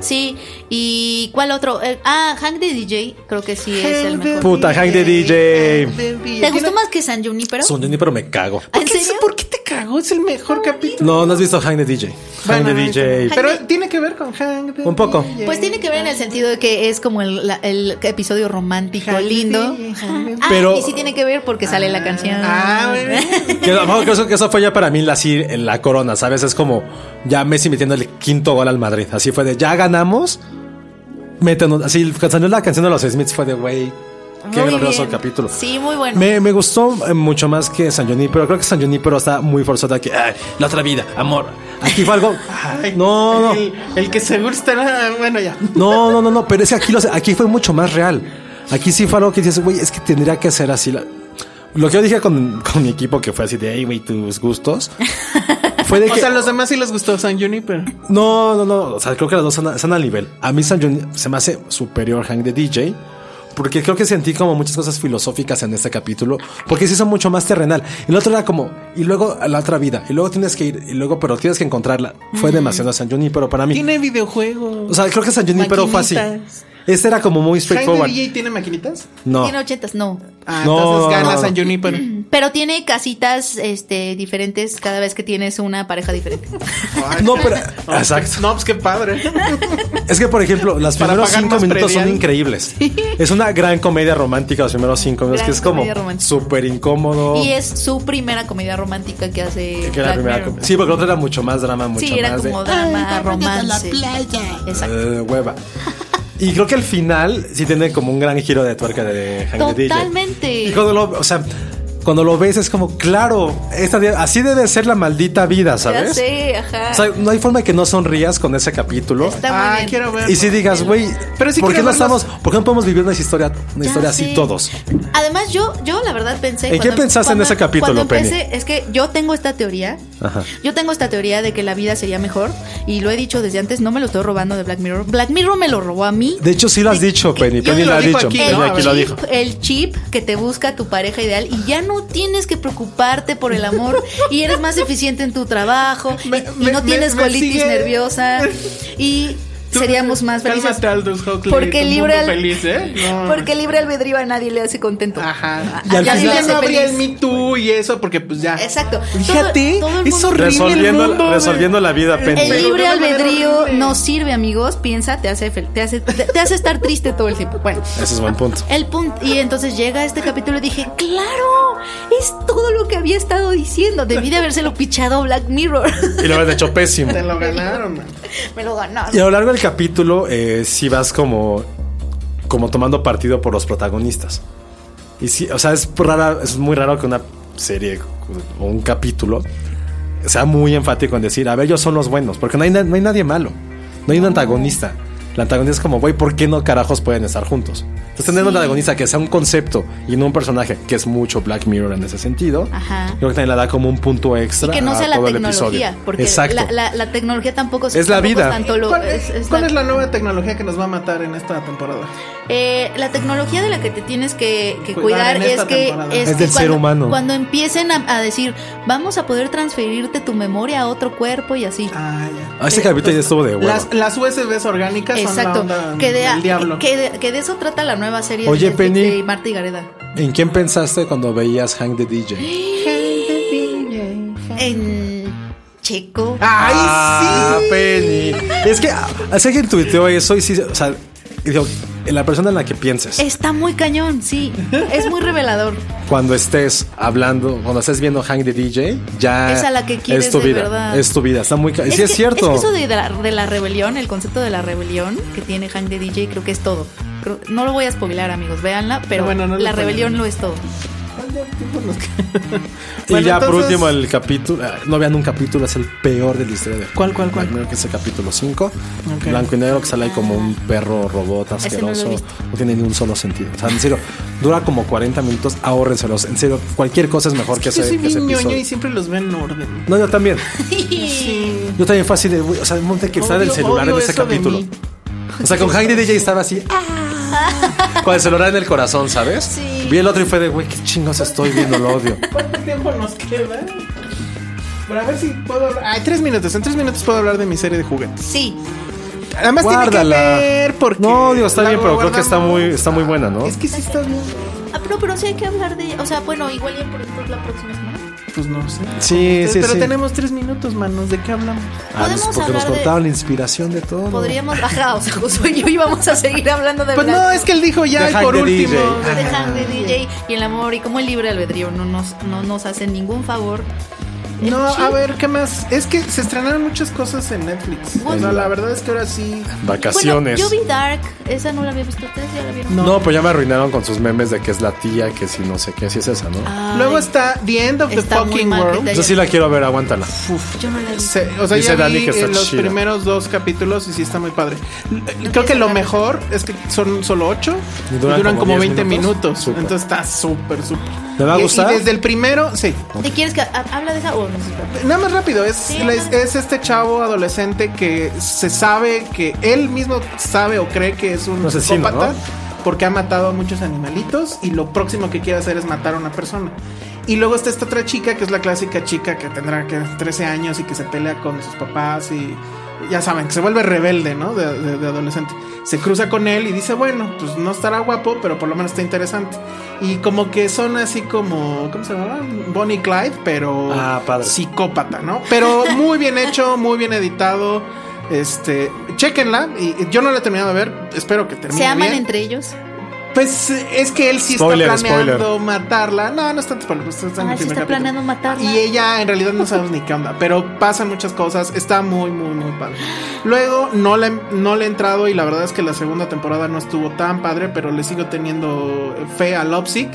S4: Sí. ¿Y cuál otro? Eh, ah, Hank de DJ. Creo que sí es el mejor.
S3: Puta, Hank de DJ.
S4: ¿Te gustó más que San Junipero?
S3: Son Johnny, pero me cago.
S4: ¿En
S5: ¿Qué-
S4: serio?
S5: ¿Por qué te cagó? Es el mejor capítulo.
S3: No, no has visto Hank de DJ. Hank
S5: Bueno,
S3: de DJ.
S5: Pero tiene que ver con Hank. de
S3: Un poco.
S5: DJ.
S4: Pues tiene que ver en el sentido de que es como el, la- el episodio romántico,
S5: Hank de
S4: lindo.
S5: DJ,
S4: Ajá.
S5: Hank de-
S4: Ah,
S3: Pero-
S4: y sí tiene que ver porque sale la canción.
S5: Ah, muy bien.
S3: Que, no, que eso, que eso fue ya para mí la, así, la corona, ¿sabes? Es como ya Messi metiendo el quinto gol al Madrid. Así fue de ya ganamos. Meten un- así salió la canción de los Smiths fue de güey. Qué
S4: Muy
S3: glorioso
S4: bien.
S3: capítulo.
S4: Sí, muy bueno.
S3: Me, me gustó eh, mucho más que San Johnny, pero creo que San Johnny pero está muy forzada que ay, la otra vida, amor. Aquí fue algo.
S5: Ay,
S3: No, no.
S5: El, el que seguro estará. Ah, Bueno, ya.
S3: No, no, no, no, pero es que aquí, lo, aquí fue mucho más real. Aquí sí fue algo que dices, güey, es que tendría que ser así. la- Lo que yo dije con, con mi equipo, que fue así de, hey, güey, tus gustos, fue de
S5: O
S3: que.
S5: sea, a los demás sí les gustó San Juniper.
S3: No, no, no. O sea, creo que las dos están, a- están al nivel. A mí San Juni- se me hace superior Hank de DJ. Porque creo que sentí como muchas cosas filosóficas en este capítulo. Porque se hizo mucho más terrenal. El otro era como, y luego a la otra vida. Y luego tienes que ir. Y luego, pero tienes que encontrarla. Fue demasiado San Juni, pero para mí.
S5: Tiene videojuegos.
S3: O sea, creo que San Juni, pero fue así.
S5: Maquinitas.
S3: Este era como muy
S5: ¿Hank de
S3: straightforward.
S5: DJ tiene maquinitas?
S3: No.
S4: Tiene ochentas, no.
S5: Ah,
S3: No,
S5: entonces gana
S3: no, no.
S5: San Juniper.
S4: Pero tiene casitas este, diferentes cada vez que tienes una pareja diferente.
S3: No, pero.
S5: No,
S3: Exacto.
S5: pues- No, pues qué padre.
S3: Es que, por ejemplo, los
S5: Para
S3: primeros
S5: pagar
S3: cinco
S5: más
S3: minutos son
S5: predial.
S3: increíbles. Es una gran comedia romántica los primeros cinco minutos,
S4: Gran
S3: que es como
S4: comedia romántica.
S3: súper incómodo.
S4: Y es su primera comedia romántica que hace.
S3: Oh. Que era la
S4: Black
S3: primera
S4: Mirror.
S3: com- Sí, porque la otra era mucho más drama, mucho
S4: Sí, era
S3: más de-
S4: como drama, romance. Exacto.
S3: Eh, hueva. Y creo que al final sí tiene como un gran giro de tuerca de Hank the DJ.
S4: Totalmente.
S3: Y cuando lo- o sea, cuando lo ves es como, claro, esta, de- así debe ser la maldita vida,
S4: Ya
S3: ¿sabes?
S4: sé, ajá.
S3: O sea, no hay forma de que no sonrías con ese capítulo.
S4: Está muy
S5: Ah,
S4: bien.
S5: quiero ver.
S3: Y si digas, güey,
S5: Pero sí
S3: ¿por qué
S5: quiero
S3: no
S5: verlos.
S3: estamos, por qué no podemos vivir una historia, una
S4: Ya
S3: historia
S4: sé.
S3: así todos?
S4: Además, yo, yo la verdad pensé.
S3: ¿En qué pensaste en ese capítulo,
S4: cuando
S3: Penny?
S4: empecé- Es que yo tengo esta teoría.
S3: Ajá.
S4: Yo tengo esta teoría de que la vida sería mejor. Y lo he dicho desde antes, no me lo estoy robando de Black Mirror. Black Mirror me lo robó a mí.
S3: De hecho, sí lo has dicho, Penny.
S5: yo
S3: Penny
S5: lo
S3: lo ha
S5: dijo
S3: dicho.
S5: aquí,
S3: Penny
S4: el,
S5: ¿no?
S3: aquí
S4: chip,
S3: lo dijo.
S4: el chip que te busca tu pareja ideal y ya no tienes que preocuparte por el amor y eres más eficiente en tu trabajo y-
S5: Me-
S4: y,
S5: me-
S4: no
S5: me-
S4: tienes
S5: me
S4: colitis
S5: sigue.
S4: nerviosa y
S5: Tú-
S4: seríamos más felices.
S5: Cálmate, Aldous Huxley,
S4: Porque
S5: tu
S4: libre,
S5: mundo
S4: al-
S5: feliz, ¿eh? No.
S4: porque libre albedrío a nadie le hace contento. Ah,
S5: Ajá.
S4: Y
S5: Y
S4: al
S5: al
S3: final-
S5: ya
S4: hace
S5: no habría el
S4: feliz.
S5: Me Too y eso, porque pues ya.
S4: Exacto.
S5: Fíjate,
S4: Todo- todo el
S5: es
S4: mundo-
S5: horrible.
S3: Resolviendo-
S5: el mundo,
S3: resolviendo la vida, Penny.
S4: El
S3: Pero
S4: libre
S5: de una manera
S4: albedrío
S5: horrible.
S4: no sirve, amigos. Piensa, te hace, fel- te hace, te, te hace estar triste todo el tiempo. Bueno,
S3: Ese es buen punto.
S4: el punto. Y entonces llega este capítulo y dije, claro, es todo lo que había estado diciendo. Debí de habérselo pichado a Black Mirror.
S3: Y lo habrás hecho pésimo.
S5: Te lo ganaron, man.
S4: Me lo ganaron.
S3: Y a lo largo del capítulo, eh, sí vas como, como tomando partido por los protagonistas. Y sí, o sea, es, rara, es muy raro que una serie o un capítulo sea muy enfático en decir, a ver, ellos son los buenos, porque no hay, na- no hay nadie malo, no hay un antagonista. El antagonista es como, güey, ¿por qué no carajos pueden estar juntos? Entonces, tener un antagonista que sea un concepto y no un personaje, que es mucho Black Mirror en ese sentido,
S4: Ajá.
S3: creo que también le da como un punto extra.
S4: Y que no
S3: a
S4: sea la
S3: Ah, todo el episodio.
S4: tecnología, porque
S3: Exacto.
S4: la, la- la tecnología tampoco
S3: Es la
S4: tampoco
S3: vida.
S4: tanto lo-
S5: ¿Cuál,
S4: es- es
S5: cuál
S4: la-
S5: es la nueva tecnología que nos va a matar en esta temporada?
S4: Eh, la tecnología de la que te tienes que, que cuidar
S5: Cuidar en
S4: es
S5: esta
S4: que,
S5: temporada.
S3: Es
S4: que
S3: del ser
S4: cuando-
S3: humano.
S4: Cuando empiecen a, a decir, vamos a poder transferirte tu memoria a otro cuerpo y así.
S5: Ah, ya.
S3: Ah, Este capítulo ya estuvo de huevo.
S5: Las, las USBs orgánicas
S4: Exacto.
S5: son la onda
S4: Que de,
S5: del diablo.
S4: que de- que de eso trata la nueva serie
S3: Oye,
S4: de, Netflix
S3: Penny.
S4: de Marta y Gareda.
S3: ¿En quién pensaste cuando veías Hang the DJ?
S4: En Checo.
S5: ¡Ay,
S3: Ah,
S5: sí!
S3: Penny. Es que ah, sé que tuiteó eso y sí, o sea, digo, la persona en la que pienses,
S4: Está muy cañón, sí. Es muy revelador.
S3: cuando estés hablando, cuando estés viendo Hang the DJ, ya
S4: Es a la que quieres
S3: es tu
S4: de
S3: vida,
S4: verdad.
S3: es tu vida, está muy, ca- sí
S4: que-
S3: es cierto.
S4: que eso de la, de la rebelión, el concepto de la rebelión que tiene Hank de DJ, creo que es todo. Creo- no lo voy a spoilear, amigos, véanla, pero
S5: No, bueno, no lo
S4: la
S5: spoileen.
S4: rebelión lo es todo.
S3: y
S5: Bueno,
S3: ya por
S5: entonces-
S3: último el capítulo, ah, no vean un capítulo es el peor de la historia. de-
S5: ¿Cuál, cuál, cuál?
S3: Black Mirror, que es el capítulo 5.
S5: Ok.
S3: Blanco y negro que sale como un perro robot
S4: Ese no lo he
S3: asqueroso.
S4: visto.
S3: No, tiene ni un solo sentido. O sea, en serio, dura como 40 minutos. Ahórrenselos. En serio, cualquier cosa es mejor que,
S5: Yo
S3: ese,
S5: soy
S3: que ese
S5: bien ñoño
S3: episodio.
S5: y siempre los veo en orden.
S3: No, yo también.
S5: Sí.
S3: Yo también fácil. de- O sea, monte que está
S5: Odio-
S3: del celular en
S5: odio
S3: ese
S5: eso de
S3: capítulo.
S5: mí.
S3: O sea, con Hank de DJ estaba así. ¡ah! Con el celular en el corazón, ¿sabes?
S4: Sí.
S3: Vi el otro y fue de, güey, qué chingos estoy viendo, lo odio.
S5: ¿Cuánto tiempo nos queda? Pero a ver si puedo hablar. Ay, tres minutos. En tres minutos puedo hablar de mi serie de juguetes.
S4: Sí,
S5: Además,
S3: Guárdala.
S5: tiene que ver porque.
S3: No, Dios, está
S5: la
S3: bien, pero creo que está
S5: guardamos.
S3: muy, está muy buena, ¿no?
S5: Es que sí está bien.
S4: ah, pero, pero sí hay que hablar de. O sea, bueno, igual ya por ejemplo la próxima semana.
S5: Pues no sé.
S3: Sí, sí,
S5: pero
S3: sí.
S5: tenemos tres minutos, manos. ¿De qué hablamos?
S3: Ah, pues,
S4: Podemos
S3: porque nos
S4: hablar de-
S3: cortaron la inspiración de todo.
S4: Podríamos. Ajá, o sea, Josué y yo íbamos a seguir hablando de.
S5: Pues
S4: Black-
S5: no, es que él dijo ya
S3: The
S5: y
S3: Hack
S5: por
S3: de
S5: último.
S3: DJ.
S5: ajá.
S4: de Hank de DJ y el amor y como el libre albedrío no nos, no nos hace ningún favor. Eh, El
S5: No,
S4: chip
S5: a ver, ¿qué más? Es que se estrenaron muchas cosas en Netflix. O sea, la verdad es que ahora sí.
S3: Vacaciones.
S4: Bueno, yo vi Dark, esa no la había visto, ustedes ya la vieron.
S3: no. pues ya me arruinaron con sus memes de que es la tía, que si no sé qué, si es esa, ¿no?
S4: Ay,
S5: Luego está The End of the
S4: Está muy
S5: Fucking
S4: mal que
S5: World.
S4: te
S3: Yo sí la quiero ver, aguántala.
S4: yo no la vi.
S5: Se- o sea,
S3: Dice
S5: ya
S3: Dani
S5: vi
S3: que está
S5: eh, los
S3: chida.
S5: primeros dos capítulos y sí está muy padre. Creo que lo mejor es que son solo ocho
S3: Y
S5: y
S3: duran
S5: duran,
S3: como
S5: como,
S3: 10
S5: 20
S3: minutos.
S5: minutos.
S3: Súper.
S5: Entonces está súper, súper.
S3: ¿Te va a
S5: Y-
S3: gustar?
S5: Y, desde el primero, sí.
S4: ¿Te quieres que ha- habla de esa o no?
S5: Nada más rápido, es,
S4: Sí,
S5: la- es,
S4: ajá.
S5: es este chavo adolescente que se sabe que él mismo sabe o cree que es un
S3: Un asesino,
S5: psicópata
S3: ¿no?
S5: porque ha matado a muchos animalitos y lo próximo que quiere hacer es matar a una persona. Y luego está esta otra chica que es la clásica chica que tendrá que 13 años y que se pelea con sus papás y ya saben, que se vuelve rebelde, ¿no? De, de- de adolescente. Se cruza con él y dice, bueno, pues no estará guapo, pero por lo menos está interesante. Y como que son así como, ¿cómo se llama? Bonnie y Clyde, pero
S3: Ah, padre.
S5: psicópata, ¿no? Pero muy bien hecho, muy bien editado. Este, chequenla. Y yo no la he terminado de ver, espero que termine.
S4: ¿Se aman
S5: bien.
S4: entre ellos? Ah,
S5: Pues eh, es que él sí
S3: Spoiler,
S5: está planeando
S3: spoiler.
S5: matarla. No, no es tanto spoiler, pues, está en
S4: Ah,
S5: el
S4: sí
S5: primer
S4: está
S5: capítulo.
S4: planeando matarla.
S5: Y ella en realidad no sabemos ni qué onda, pero pasan muchas cosas, está muy, muy, muy padre. Luego no le, no le he entrado y la verdad es que la segunda temporada no estuvo tan padre, pero le sigo teniendo fe a Lovesick.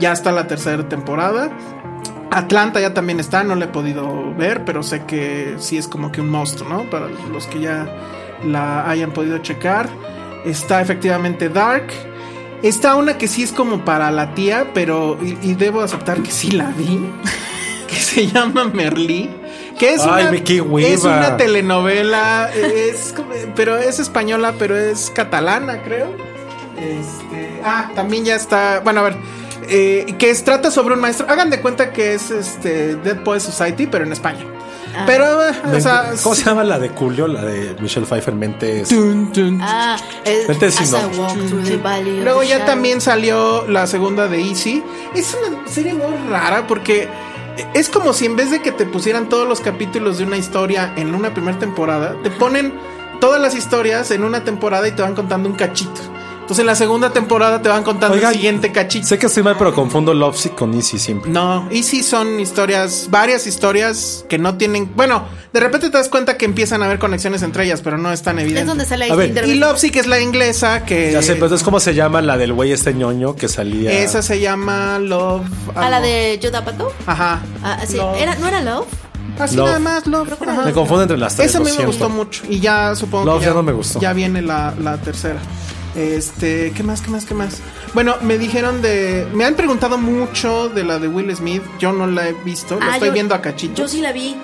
S5: Ya está la tercera temporada. Atlanta ya también está, no la he podido ver, pero sé que sí es como que un monstruo, ¿no? Para los que ya la hayan podido checar. Está efectivamente Dark. Está una que sí es como para la tía, pero. Y, y debo aceptar que sí la vi. Que se llama Merlí. Que es,
S3: Ay,
S5: una,
S3: me- qué hueva.
S5: es una telenovela. Es, como- pero es española, pero es catalana, creo. Este, ah, también ya está. Bueno, a ver. eh, que es, trata sobre un maestro. Hagan de cuenta que es este Dead Poet Society, pero en España. Pero, eh, o sea,
S3: ¿Cómo
S5: sí-
S3: se llama la de Julio? La de Michelle Pfeiffer Mentes.
S5: Tun, tun,
S4: Ah, es-
S3: Vete
S4: as
S3: sin
S4: I
S3: nombre.
S4: walk through the valley of
S5: Luego
S4: the
S5: ya
S4: shadow.
S5: también salió la segunda de Easy. Es una serie muy rara porque es como si en vez de que te pusieran todos los capítulos de una historia en una primera temporada, te ponen todas las historias en una temporada y te van contando un cachito. Entonces en la segunda temporada te van contando
S3: Oiga,
S5: el siguiente cachito.
S3: Sé que estoy mal, pero confundo Lovesick con Easy siempre.
S5: No, y sí son historias, varias historias que no tienen. Bueno, de repente te das cuenta que empiezan a haber conexiones entre ellas, pero no es tan evidente.
S4: Es donde sale
S3: A ver,
S4: Aislinn
S5: Y
S4: Derbez.
S5: Lopsy, que es la inglesa, que.
S3: Ya sé, pero entonces, ¿cómo se llama la del güey este ñoño que salía?
S5: Esa se llama Love.
S4: A la
S5: algo.
S4: de Yoda Pato.
S5: Ajá.
S4: Ah, sí.
S5: Love.
S4: Era, ¿No era Love?
S5: Así
S3: Love.
S5: nada más, Love. Ajá.
S3: Me confundo entre las tres.
S5: Esa a
S3: lo
S5: mí me
S3: siento.
S5: gustó mucho. Y ya supongo
S3: Love
S5: que.
S3: ya no me gustó.
S5: Ya viene la, la tercera. Este, ¿qué más, qué más, qué más? Bueno, me dijeron de. Me han preguntado mucho de la de Will Smith. Yo no la he visto. La
S4: Ah,
S5: estoy
S4: yo-
S5: viendo a cachitos.
S4: Yo sí la vi.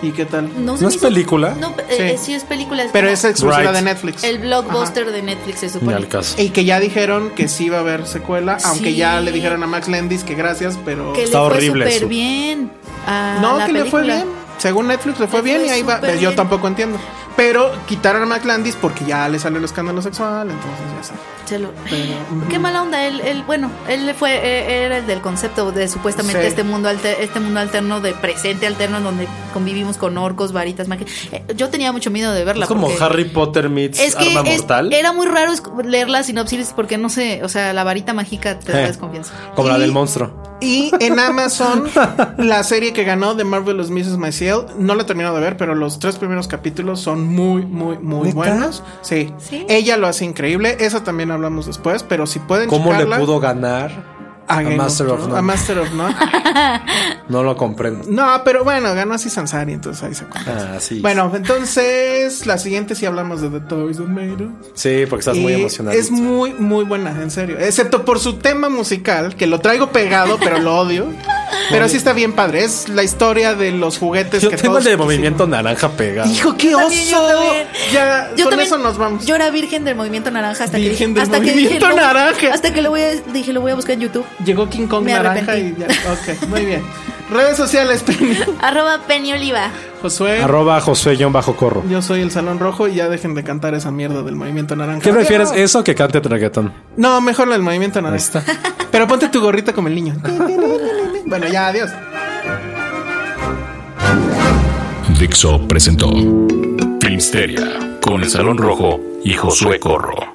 S5: ¿Y qué tal?
S4: No, se
S3: ¿No
S4: me
S3: es película?
S4: No, eh,
S5: Sí.
S4: sí es película. es
S5: Pero
S4: como
S5: es exclusiva
S3: Right.
S5: de Netflix.
S4: El blockbuster de Netflix se
S3: Ni
S4: supone.
S3: al caso.
S5: Y que ya dijeron que sí va a haber secuela. Aunque
S4: Sí.
S5: ya le dijeron a Max Landis que gracias, pero.
S4: Que
S3: Está
S4: le fue
S3: horrible
S4: súper
S3: eso.
S4: bien. a
S5: No,
S4: la
S5: que le fue
S4: película.
S5: bien. Según Netflix le fue
S4: Le
S5: bien
S4: fue
S5: y ahí va.
S4: súper
S5: Pues yo
S4: bien.
S5: tampoco entiendo. Pero quitaron a McLandis porque ya le salió el escándalo sexual, entonces ya sabes.
S4: Se lo-
S5: mm.
S4: Qué mala onda. Él, él- bueno, él fue, eh, era el del concepto de supuestamente
S5: Sí.
S4: este mundo alter- este mundo alterno de presente alterno en donde convivimos con orcos, varitas, magia. Eh, yo tenía mucho miedo de verla.
S3: Es como
S4: porque-
S3: Harry Potter meets
S4: Es que
S3: Arma
S4: es-
S3: Mortal.
S4: era muy raro es- leer la sinopsis porque no sé, o sea, la varita mágica te da
S3: Eh.
S4: desconfianza.
S3: Como la
S5: Y-
S3: del monstruo.
S5: Y en Amazon, la serie que ganó de Marvelous Mrs. Maisel, no la he terminado de ver, pero los tres primeros capítulos son muy, muy, muy
S3: ¿Neta?
S5: buenos. Sí.
S4: Sí.
S5: Ella lo hace increíble. Esa también hablamos después, pero si pueden
S3: ¿Cómo
S5: checarla,
S3: le pudo ganar
S5: a,
S3: a,
S5: Game of
S3: Master of
S5: Thrones-
S3: None?
S5: a Master of None.
S3: No lo comprendo.
S5: No, pero bueno, ganó así Sansari, entonces ahí se compensa.
S3: Ah, sí.
S5: Bueno, entonces la siguiente sí hablamos de The Toys That Made Us.
S3: Sí, porque estás muy
S5: Y
S3: emocionado.
S5: Es muy, muy buena, en serio. Excepto por su tema musical, que lo traigo pegado, pero lo odio. Pero sí está bien padre. Es la historia de los juguetes
S3: Yo
S5: que
S3: tengo el
S5: todos
S3: de
S5: quisimos.
S3: movimiento naranja pegado.
S5: Hijo, qué oso.
S4: también, yo también.
S5: ya,
S4: Yo
S5: con
S4: también-
S5: eso nos vamos.
S4: Yo era virgen del movimiento naranja hasta
S5: Virgen
S4: que dije,
S5: del
S4: hasta que
S5: movimiento
S4: dije, lo-
S5: naranja.
S4: hasta que lo voy a, dije, lo voy a buscar en YouTube.
S5: Llegó King Kong
S4: Me
S5: naranja y
S4: arrepentí.
S5: ya. Ok, muy bien. Redes sociales, Penny.
S4: Arroba Penny Oliva.
S5: Josué.
S3: Arroba Josué-Corro.
S5: Yo soy el Salón Rojo y ya dejen de cantar esa mierda del movimiento naranja.
S3: ¿Qué prefieres,
S5: Adiós.
S3: eso o que cante reggaetón?
S5: No, mejor el movimiento
S3: Ahí
S5: naranja.
S3: está.
S5: Pero ponte tu gorrita como el niño. bueno, ya, adiós.
S2: Dixo presentó Filmsteria con el Salón Rojo y Josué Corro.